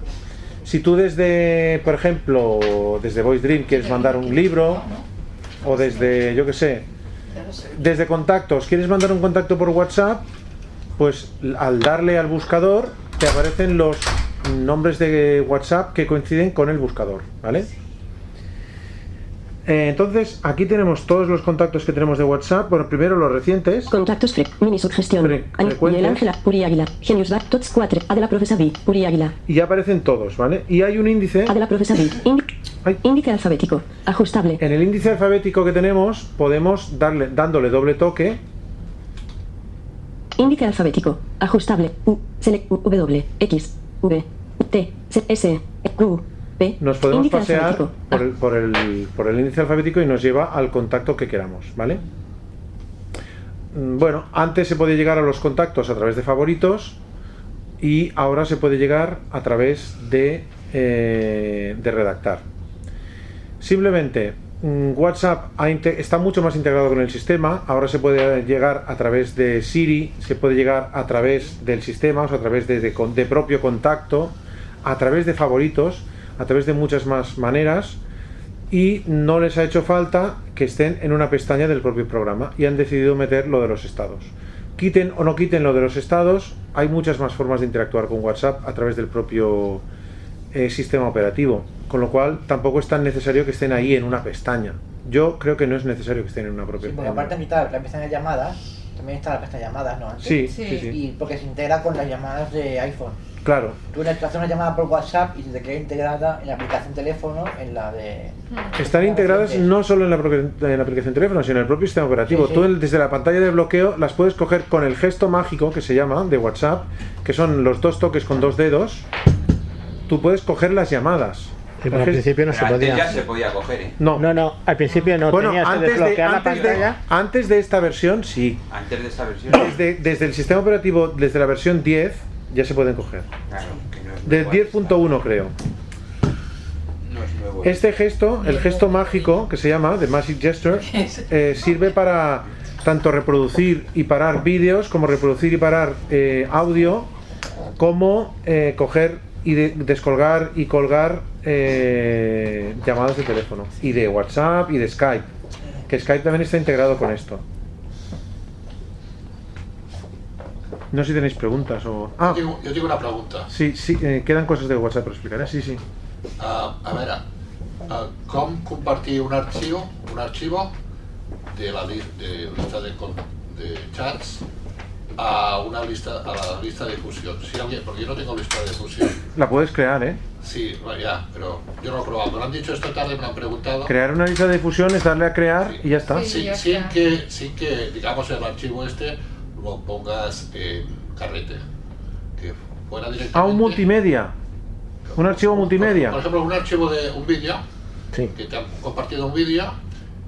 Si tú desde, por ejemplo, desde Voice Dream quieres mandar un libro, o desde, yo qué sé, desde contactos, quieres mandar un contacto por WhatsApp, pues l- al darle al buscador te aparecen los nombres de WhatsApp que coinciden con el buscador, ¿vale? Eh, entonces, aquí tenemos todos los contactos que tenemos de WhatsApp. Bueno, primero los recientes. Contactos fre mini sugestión. Ani- frecuentes. Miguel Ángela, Puri Águila, Genius Bar, Tots 4, Adela Profesa B, Puri Águila, Y ya aparecen todos, ¿vale? Y hay un índice. Adela Profesa B, Ín- índice alfabético, ajustable, En el índice alfabético que tenemos, podemos darle, dándole doble toque, índice alfabético, ajustable, U, select, U, W, X, V, T, C, S, Q, P, nos podemos índice pasear alfabético, Ah. por el, por, el, por el índice alfabético y nos lleva al contacto que queramos, ¿vale? Mm, Bueno, antes se podía llegar a los contactos a través de favoritos y ahora se puede llegar a través de, eh, de redactar. Simplemente, mm, WhatsApp ha inte- está mucho más integrado con el sistema, ahora se puede llegar a través de Siri, se puede llegar a través del sistema, o sea, a través de, de con- de propio contacto, a través de favoritos, a través de muchas más maneras y no les ha hecho falta que estén en una pestaña del propio programa y han decidido meter lo de los estados. Quiten o no quiten lo de los estados, hay muchas más formas de interactuar con WhatsApp a través del propio eh, sistema operativo, con lo cual tampoco es tan necesario que estén ahí en una pestaña. Yo creo que no es necesario que estén en una propia Sí, porque en una- aparte a mitad la pestaña llamadas, también está la pestaña llamadas, ¿no? Antes. Sí, Sí. sí, sí. Y porque se integra con las llamadas de iPhone. Claro, Tú le haces una llamada por WhatsApp y se te queda integrada en la aplicación teléfono, en la de... Están integradas no solo en la, pro- en la aplicación teléfono, sino en el propio sistema operativo. Sí, sí. Tú en- desde la pantalla de bloqueo las puedes coger con el gesto mágico que se llama de WhatsApp, que son los dos toques con dos dedos. Tú puedes coger las llamadas. Sí, pero al principio no se antes podía. ya se podía coger, ¿eh? No, no, al principio no. bueno, tenías que antes de, desbloquear la antes, de- pantalla. antes de esta versión, sí. Antes de esta versión. Desde, desde el sistema operativo, desde la versión 10, ya se pueden coger. Claro, que no es Del nuevo. 10.1 creo. No es nuevo. Este gesto, el gesto mágico que se llama The Magic Gesture, eh, sirve para tanto reproducir y parar vídeos, como reproducir y parar eh, audio, como eh, coger y de- descolgar y colgar eh, llamadas de teléfono, y de WhatsApp y de Skype, que Skype también está integrado con esto. No sé si tenéis preguntas o... Ah, Yo, tengo, yo tengo una pregunta. sí, sí, eh, quedan cosas de WhatsApp para explicar, ¿eh? Sí, sí. Ah, a veure, ah, com compartir un arxiu, un arxivo de la li- de lista de, con- de chats a una lista a la lista de fusión. Si alguien, porque yo no tengo lista de fusión. La puedes crear, ¿eh? Sí, bueno, ya, pero yo no lo he probado. Me lo han dicho esta tarde, me lo han preguntado. Crear una lista de difusión es darle a crear y ya está. Sin, sin que, sin que, digamos, el archivo este lo pongas en carrete. Que fuera directamente. A un multimedia. Ah, Un archivo multimedia. Por ejemplo, un archivo de un vídeo, Sí. que te han compartido un vídeo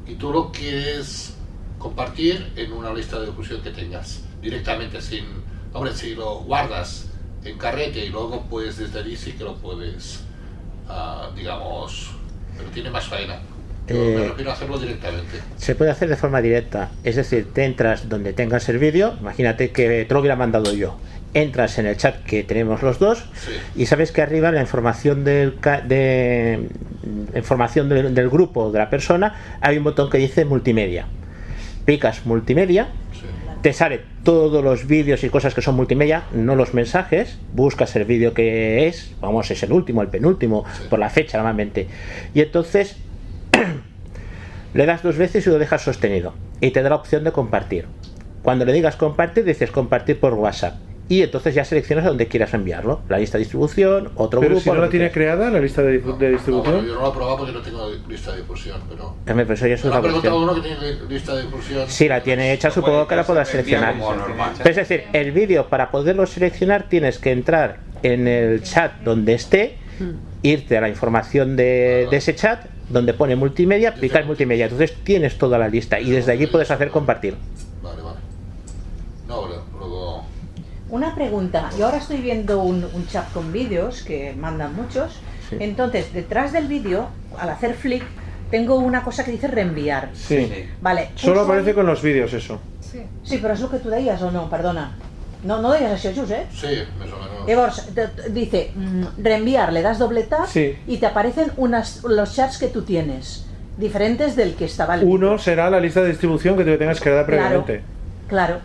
y tú lo quieres compartir en una lista de difusión que tengas directamente sin. Hombre, si lo guardas en carrete y luego, pues desde allí sí que lo puedes, ah, digamos, pero tiene más faena. Yo me Eh, refiero a hacerlo directamente. Se puede hacer de forma directa, es decir, te entras donde tengas el vídeo, imagínate que te lo hubiera mandado yo, entras en el chat que tenemos los dos y sabes que arriba la información del, ca- de, información del, del grupo de la persona hay un botón que dice multimedia. Picas multimedia, te sale todos los vídeos y cosas que son multimedia, no los mensajes, buscas el vídeo que es, vamos, es el último, el penúltimo, por la fecha normalmente, y entonces le das dos veces y lo dejas sostenido. Y te da la opción de compartir. Cuando le digas compartir, dices compartir por WhatsApp. Y entonces ya seleccionas a donde quieras enviarlo. La lista de distribución, otro Pero grupo. si no lo la que tiene quieras. creada, la lista de, difu- de No, bueno, distribución. yo no lo he probado porque no tengo lista de difusión, pero. Hombre, pero eso ya es Me lo otra ha preguntado cuestión. uno que tiene lista de difusión. Si la tiene hecha, supongo que la podrás seleccionar. como normal. Pero es decir, el vídeo para poderlo seleccionar tienes que entrar en el chat donde esté, Ah. irte a la información de, de ese chat, donde pone multimedia, picar multimedia. Entonces tienes toda la lista y desde allí puedes hacer compartir. No, pero luego. Una pregunta. Yo ahora estoy viendo un, un chat con vídeos que mandan muchos. Sí. Entonces, detrás del vídeo, al hacer flick, tengo una cosa que dice reenviar. Sí. Vale. Solo pulso aparece con los vídeos eso. Sí. pero es lo que tú deías o no, perdona. No, no deías así, Jesús, ¿eh? Sí, más o menos. Evors, te- te- dice mm, reenviar, le das doble tap Sí. y te aparecen unas, los chats que tú tienes, diferentes del que estaba el Uno será la lista de distribución que te tengas creada Claro. previamente. Claro.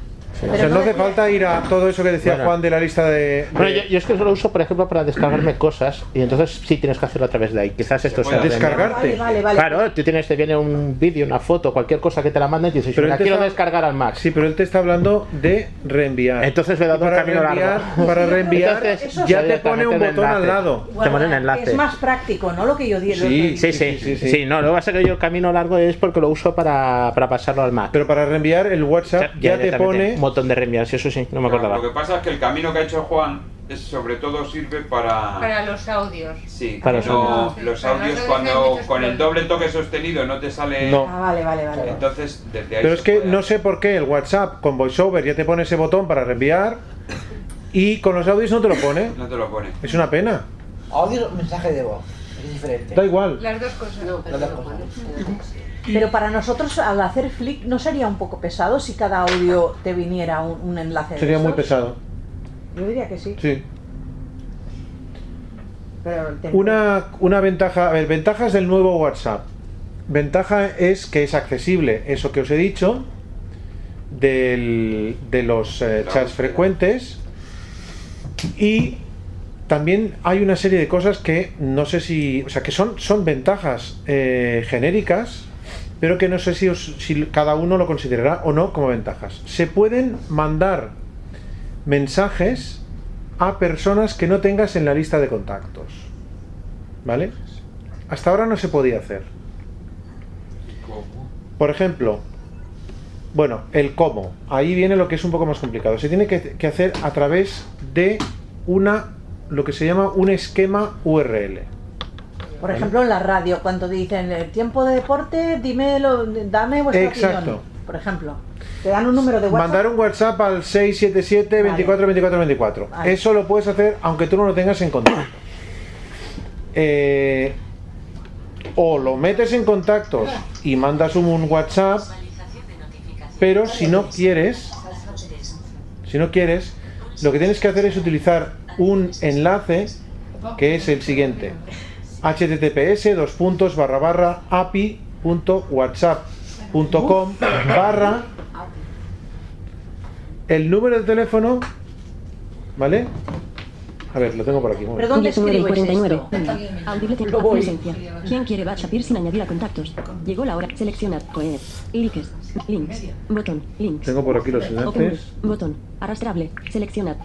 O sea, no hace falta ir a todo eso que decía Bueno. Juan de la lista de. Bueno, yo, yo es que solo uso, por ejemplo, para descargarme cosas y entonces sí tienes que hacerlo a través de ahí. Quizás esto sea... puede hacer. Descargarte. Vale, Ah, vale, vale. Claro, tú tienes, te viene un vídeo, una foto, cualquier cosa que te la manden y dices, Pero "Yo la él te quiero está- descargar al Max. Sí, pero él te está hablando de reenviar. Entonces le he dado un Para camino reenviar, largo. para reenviar Entonces, eso ya es- te pone un directamente botón el al enlace. lado. Te pone un enlace. Es más práctico, ¿no? Lo que yo di. lo que- sí, sí, sí. No, lo que pasa es que yo el camino largo es porque lo uso para, para pasarlo al Mac. Pero para reenviar el WhatsApp ya te directamente, pone- Un botón de reenviar, sí, eso sí, no me acordaba. Lo que pasa es que el camino que ha hecho Juan es, sobre todo sirve para... Para los audios. Sí, Para los no- audios. los Para no audios hacer cuando muchos con el doble toque sostenido no te sale... No. Ah, vale, vale, vale. Entonces, desde ahí... Pero es que no sé por qué el WhatsApp con VoiceOver ya te pone ese botón para reenviar Y con los audios no te lo pone. No te lo pone. Es una pena. Audio o mensaje de voz. Es diferente. Da igual. Las dos cosas. Las dos cosas. Pero para nosotros, al hacer flick, ¿no sería un poco pesado si cada audio te viniera un, un enlace de Sería muy esos? pesado. Yo diría que sí. Sí. Pero el tema- Una, una ventaja, a ver, ventajas del nuevo WhatsApp. Ventaja es que es accesible, eso que os he dicho, del- de los eh, chats frecuentes. Y también hay una serie de cosas que no sé si, o sea, que son, son ventajas eh, genéricas, pero que no sé si, os- si cada uno lo considerará o no como ventajas. Se pueden mandar mensajes a personas que no tengas en la lista de contactos. ¿Vale? Hasta ahora no se podía hacer. Por ejemplo, bueno, el cómo. Ahí viene lo que es un poco más complicado. Se tiene que, que hacer a través de una, lo que se llama un esquema URL. Por ejemplo, en la radio, cuando dicen el tiempo de deporte, dímelo, dame vuestra Exacto. opinión. Por ejemplo, te dan un número de WhatsApp. Mandar un WhatsApp al 677 24 24 24. Vale. Eso lo puedes hacer aunque tú no lo tengas en contacto. Eh, o lo metes en contactos y mandas un- un WhatsApp, pero si no quieres, si no quieres, lo que tienes que hacer es utilizar un enlace que es el siguiente: https dos puntos barra barra api punto whatsapp punto com barra el número de teléfono, ¿vale? A ver, lo tengo por aquí. un momento. 19 y 49. Audible tiempo, presencia. ¿Quién quiere WhatsApp sin añadir a contactos? Llegó la hora. Seleccionar. Coed. Likes. Links. Botón. Links. Tengo por aquí los Open enlaces. link. Botón. Arrastrable. Seleccionar.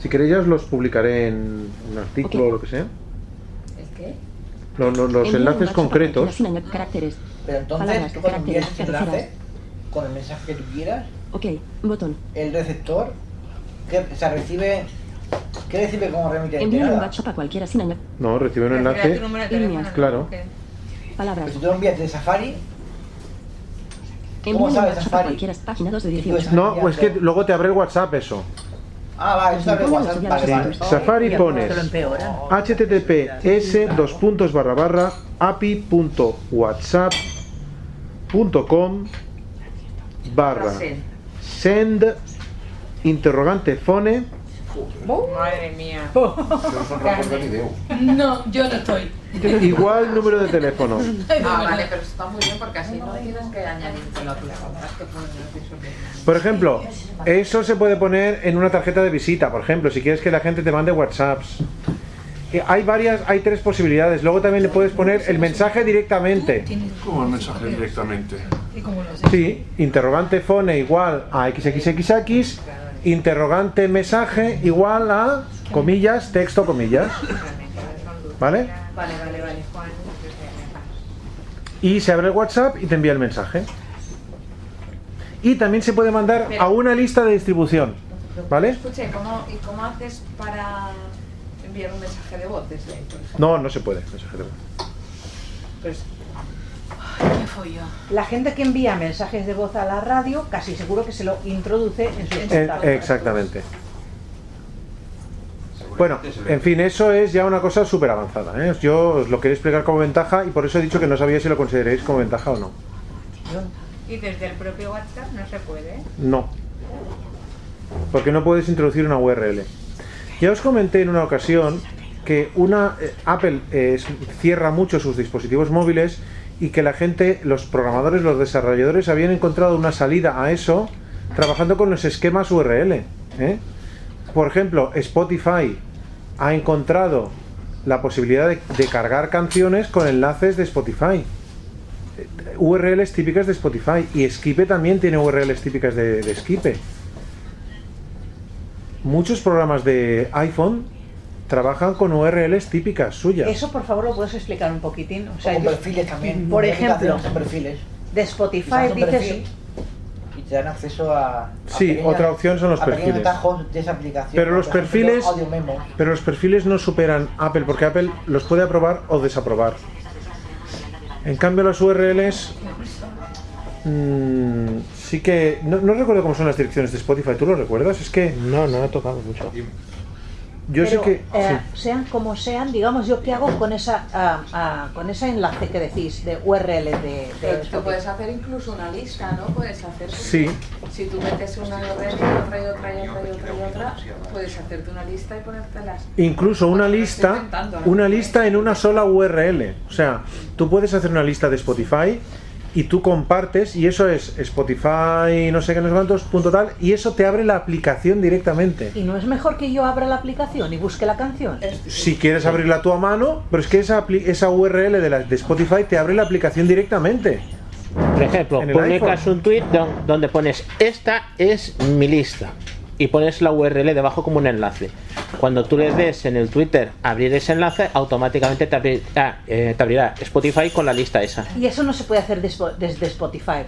Si queréis ya os los publicaré en un artículo o lo que sea. ¿El qué? No, no, los enlaces concretos. Sin añadir caracteres. Pero entonces, Palabras, tú cuando envías caracteres, este enlace, cabeceras. con el mensaje que tú quieras, Ok. Botón. el receptor, que, o sea, recibe, ¿qué recibe como remitente? Envíale un Nada. WhatsApp a cualquiera sin añadir. No, recibe un Recrea enlace. tu número de teléfono, ¿no? Claro. Palabras. Si tú lo envías de Safari, Envíale un sabes, WhatsApp a Safari? cualquiera. Página 2 de 18. No, es que luego te abre el WhatsApp eso. ah, va, eso es WhatsApp, vale, vale. Sí. Safari pones https dos puntos barra barra api.whatsapp.com barra send interrogante fone ¡Oh! Madre mía. No, yo no estoy. igual número de teléfono. Ah, vale, pero está muy bien porque así no tienes que añadírtelo a tus compras que puedes pues, decir sobre Por ejemplo, eso se puede poner en una tarjeta de visita, por ejemplo, si quieres que la gente te mande WhatsApps. Eh, Hay varias, hay tres posibilidades. Luego también le puedes poner el mensaje directamente. Como el mensaje directamente. ¿Y cómo lo sé? Sí, interrogante fone igual a xxxx, interrogante mensaje igual a comillas, texto comillas. Vale, ¿Vale? vale, vale, Juan. Y se abre el WhatsApp y te envía el mensaje. Y también se puede mandar a una lista de distribución. ¿Vale? Escuche, ¿cómo, ¿y cómo haces para enviar un mensaje de voz desde ahí, por ejemplo? No, no se puede. mensaje de voz. Pues, La gente que envía mensajes de voz a la radio, casi seguro que se lo introduce en sus Eh, contactos. exactamente. Bueno, en fin, eso es ya una cosa súper avanzada. ¿eh? Yo os lo quería explicar como ventaja y por eso he dicho que no sabía si lo consideréis como ventaja o no. y desde el propio WhatsApp no se puede. ¿eh? No. Porque no puedes introducir una URL. Ya os comenté en una ocasión que una eh, Apple eh, es- cierra mucho sus dispositivos móviles y que la gente, los programadores, los desarrolladores habían encontrado una salida a eso trabajando con los esquemas URL. ¿eh? Por ejemplo, Spotify ha encontrado la posibilidad de, de cargar canciones con enlaces de Spotify. URLs típicas de Spotify y Skipe también tiene URLs típicas de, de Skipe. Muchos programas de iPhone trabajan con URLs típicas suyas. Eso, por favor, lo puedes explicar un poquitín. O sea, con yo- perfiles también. Por ejemplo, Son perfiles. de Quizás Spotify un dices perfil Y te dan acceso a. a Sí, otra opción son los a pequeños perfiles. atajos de esa aplicación. Pero los Por ejemplo, perfiles- Audio memo. Pero los perfiles no superan Apple porque Apple los puede aprobar o desaprobar. En cambio las URLs mm, sí que. No, no recuerdo cómo son las direcciones de Spotify, ¿tú lo recuerdas? Es que. No, no he tocado mucho. Yo sé Pero, que. eh, Sean como sean, digamos, yo qué hago con esa ah, ah, con ese enlace que decís de URL de, Pero de tú puedes hacer incluso una lista, ¿no? Puedes hacer. Sí. Si tú metes una de red y otra y otra y otra y otra y otra, puedes hacerte una lista y ponértelas. sí. Incluso una estoy lista. inventando, ¿no? Una lista en una sola URL. O sea, tú puedes hacer una lista de Spotify y tú compartes, y eso es Spotify, no sé qué, no sé cuántos, punto tal, y eso te abre la aplicación directamente. ¿Y no es mejor que yo abra la aplicación y busque la canción? Si quieres abrirla tú a mano, pero es que esa, apli- esa URL de, la, de Spotify te abre la aplicación directamente. Por ejemplo, En el publicas iPhone. un tweet donde pones esta es mi lista y pones la URL debajo como un enlace. Cuando tú le des en el Twitter abrir ese enlace, automáticamente te, abri- ah, eh, te abrirá Spotify con la lista esa. Y eso no se puede hacer desde desde Spotify.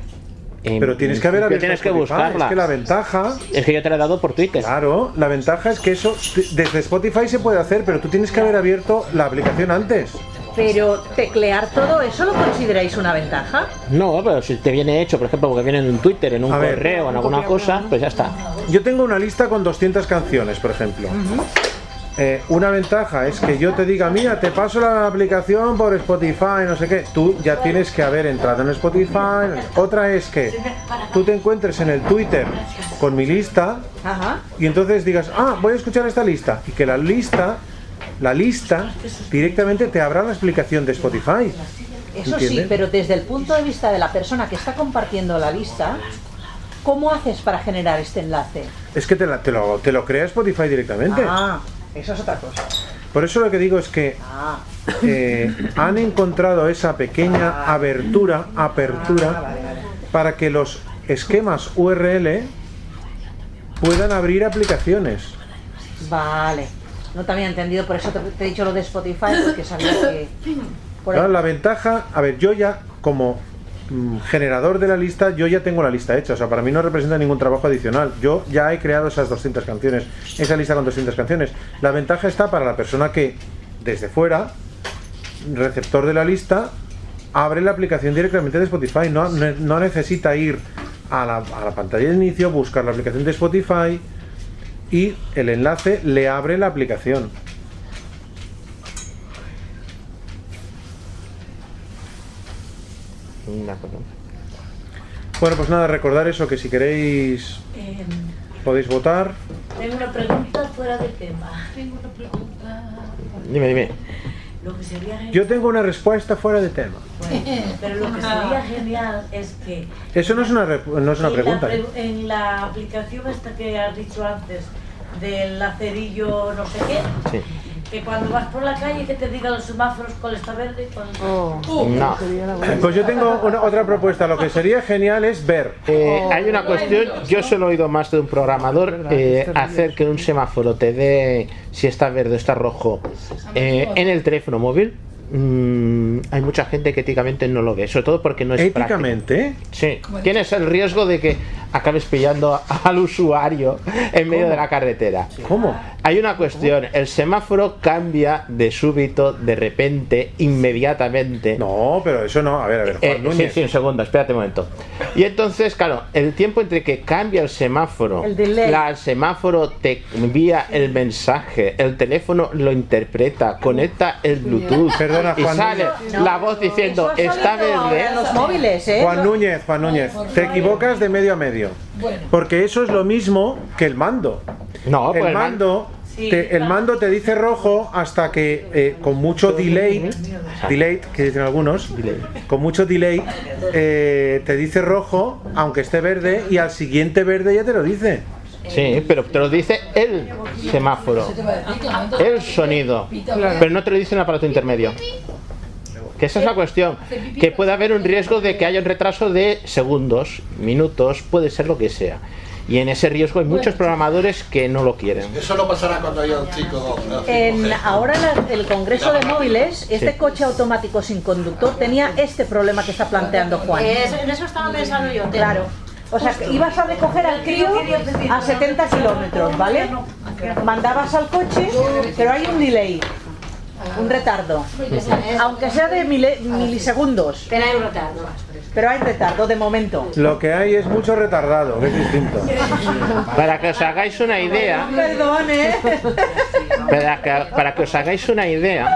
Pero tienes que haber Pero abierto tienes que Spotify, buscarla. Es que la ventaja. Es que yo te la he dado por Twitter. Claro, la ventaja es que eso t- desde Spotify se puede hacer, pero tú tienes que haber abierto la aplicación antes. Pero teclear todo eso lo consideráis una ventaja. No, pero si te viene hecho, por ejemplo, porque viene en un Twitter, en un A ver. correo, en alguna cosa, pues ya está. Yo tengo una lista con 200 canciones, por ejemplo. Eh, una ventaja es que yo te diga, mira, te paso la aplicación por Spotify, no sé qué. Tú ya tienes que haber entrado en Spotify. Otra es que tú te encuentres en el Twitter con mi lista Ajá. y entonces digas, ah, voy a escuchar esta lista. Y que la lista, la lista, directamente te abra la explicación de Spotify. Eso sí, ¿Entiendes? pero desde el punto de vista de la persona que está compartiendo la lista, ¿cómo haces para generar este enlace? Es que te, la- te lo, te lo crea Spotify directamente. Ah, eso es otra cosa. Por eso lo que digo es que Ah, eh, han encontrado esa pequeña abertura, apertura, para que los esquemas URL puedan abrir aplicaciones. vale. No te había entendido, por eso te, te he dicho lo de Spotify, porque sabía que... por Claro, ahí- la ventaja, a ver, yo ya como mm, generador de la lista, yo ya tengo la lista hecha, o sea, para mí no representa ningún trabajo adicional. Yo ya he creado esas 200 canciones, esa lista con 200 canciones. La ventaja está para la persona que desde fuera, receptor de la lista, abre la aplicación directamente de Spotify, no, no- no necesita ir a la, a la pantalla de inicio, buscar la aplicación de Spotify y el enlace le abre la aplicación. De acuerdo. Bueno, pues nada, recordar eso, que si queréis Eh, podéis votar. tengo una pregunta fuera de tema. Tengo una pregunta. Dime, dime. Lo que sería genial, Yo tengo una respuesta fuera de tema. pero lo que sería genial es que Eso no es una, re- no es una en, la pregunta. ¿eh? pre- en la aplicación esta que has dicho antes del lacerillo no sé qué, Sí. que cuando vas por la calle que te digan los semáforos cuál está verde y cuál está Oh. No. Pues yo tengo una- otra propuesta. Lo que sería genial es ver. Eh, hay una cuestión, yo se lo he oído más de un programador, eh, hacer que un semáforo te dé si está verde o está rojo eh, en el teléfono móvil. mm, hay mucha gente que éticamente no lo ve, sobre todo porque no es ¿Éticamente? Sí, tienes el riesgo de que acabes pillando al usuario en medio de la carretera. ¿Cómo? Hay una cuestión, el semáforo cambia de súbito, de repente, inmediatamente. Eh, No, pero eso no, a ver, a ver, Juan sí, Núñez. sí, un segundo, espérate un momento. Y entonces, claro, el tiempo entre que cambia el semáforo, El delay. la- el semáforo te envía el mensaje, el teléfono lo interpreta, conecta el Bluetooth Perdona, y Juan sale Núñez. la voz diciendo, Eso ha está salido ahora verde. en los móviles, ¿eh? Juan Núñez, Juan Núñez, te equivocas de medio a medio. Porque eso es lo mismo que el mando. No, pues el el mando. te- el mando te dice rojo hasta que eh, con mucho delay, delay que dicen algunos, con mucho delay eh, te dice rojo aunque esté verde y al siguiente verde ya te lo dice. Sí, pero te lo dice el semáforo, el sonido, pero no te lo dice el aparato intermedio. Que esa es la cuestión, que puede haber un riesgo de que haya un retraso de segundos, minutos, puede ser lo que sea. Y en ese riesgo hay muchos programadores que no lo quieren. Eso no pasará cuando haya un 5 En, Em, ahora la- el Congreso de Móviles, este Sí. coche automático sin conductor tenía este problema que está planteando Juan. Eso- en eso estaba pensando yo. Teo. Claro. O sea, que ibas a recoger al crío a 70 kilómetros, ¿vale? Mandabas al coche, pero hay un delay. ah, un retardo. Aunque sea de mile- milisegundos. Pero hay un retardo. Pero hay retardo de momento. Lo que hay es mucho retardado, que es distinto. Para que os hagáis una idea, Perdón, ¿eh? para que, para que os hagáis una idea,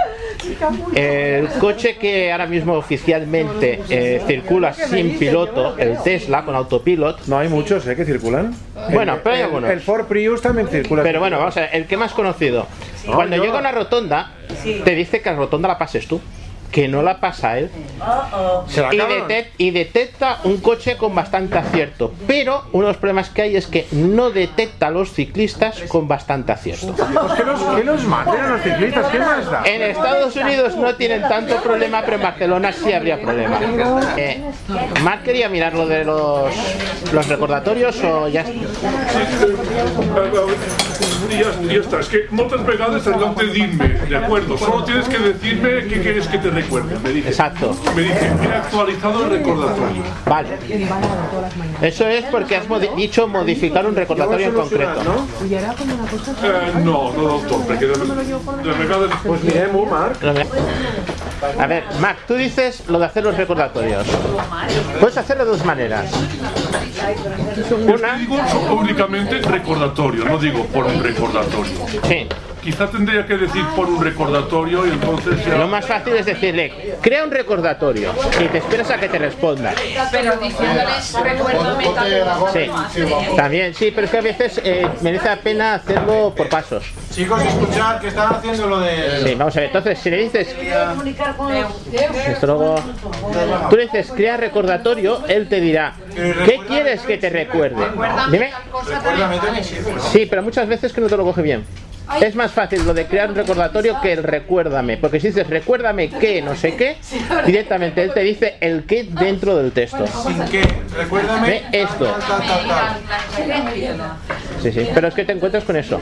el coche que ahora mismo oficialmente eh, circula sin piloto, el Tesla con autopilot. No hay muchos ¿eh? que circulan. Bueno, pero hay El- algunos. el Ford Prius también circula. Pero bueno, vamos a ver, el que más conocido. Cuando yo- llega una rotonda, te dice que la rotonda la pases tú, que no la pasa él. Oh, Se la y, acaban. detec- y detecta un coche con bastante acierto. Pero uno de los problemas que hay es que no detecta a los ciclistas con bastante acierto. pues que los, que los maten ¿eh? a los ciclistas, ¿qué más da? En Estados Unidos no tienen tanto problema, pero en Barcelona sí habría problema. Eh, Marc quería mirar lo de los, los recordatorios o ya Eh, I ja, ja eh, està, és que moltes vegades en lloc de dir-me, de acuerdo, solo tienes que decirme qué quieres que te recuerde. Me dice, Exacto. Me dice, he actualizado el recordatorio. Vale. Eso es porque has modi- dicho modificar un recordatorio en concreto. Y era como una cosa... Eh, no, no del tot, perquè de, de vegades... Pues mirem-ho, Marc. A ver, Marc, tú dices lo de hacer los recordatorios. Puedes hacerlo de dos maneras. Una... Digo so- únicamente recordatorio, no digo por un recordatorio. Sí. Quizá tendría que decir por un recordatorio y entonces ya... Lo más fácil es decirle, crea un recordatorio y te esperas a que te responda. Pero diciéndoles, recuérdame tal Sí, también, sí, pero es que a veces eh, merece la pena hacerlo por pasos. Chicos, escuchad que están haciendo lo de. Sí, vamos a ver, entonces, si le dices, comunicar con esto luego, tú le dices, crea recordatorio, él te dirá, ¿qué quieres que te recuerde? Dime. Sí, pero muchas veces que no te lo coge bien. Es más fácil lo de crear un recordatorio que el recuérdame, porque si dices recuérdame que no sé qué, directamente él te dice el que dentro del texto. Sin que, recuérdame. Ve esto. Tal, tal, tal. Sí, sí, pero es que te encuentras con eso.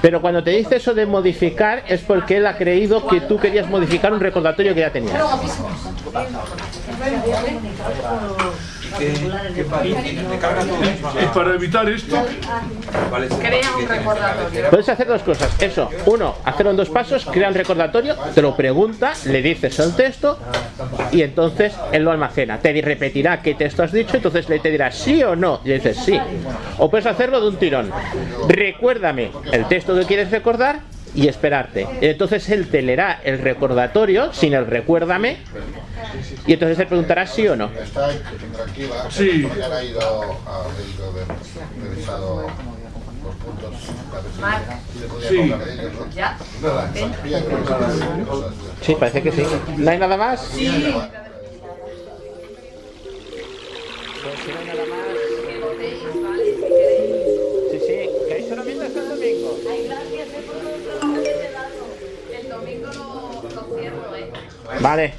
Pero cuando te dice eso de modificar es porque él ha creído que tú querías modificar un recordatorio que ya tenías. Y para evitar esto, Crea un recordatorio. Puedes hacer dos cosas. Eso, uno, hacerlo en dos pasos, crea un recordatorio, te lo pregunta, le dices el texto y entonces él lo almacena. Te di- repetirá qué texto has dicho, entonces le te dirá sí o no. Y le dices sí. O puedes hacerlo de un tirón. Recuérdame el texto que quieres recordar y esperarte. Y entonces él te leerá el recordatorio sin el recuérdame y entonces te preguntará sí o no. Está ahí, que tendrá activa. que Sí. ya la ha ido, ha ido a ver, revisado los puntos. a ver si Marc. le podía Sí. comprar a ellos, ¿no? Ya. Nada, sabía que no cosas. Sí, parece que sí. ¿No hay nada más? Sí. Sí, sí, que hay solo mientras el domingo. El domingo lo, lo cierro, ¿eh? Vale.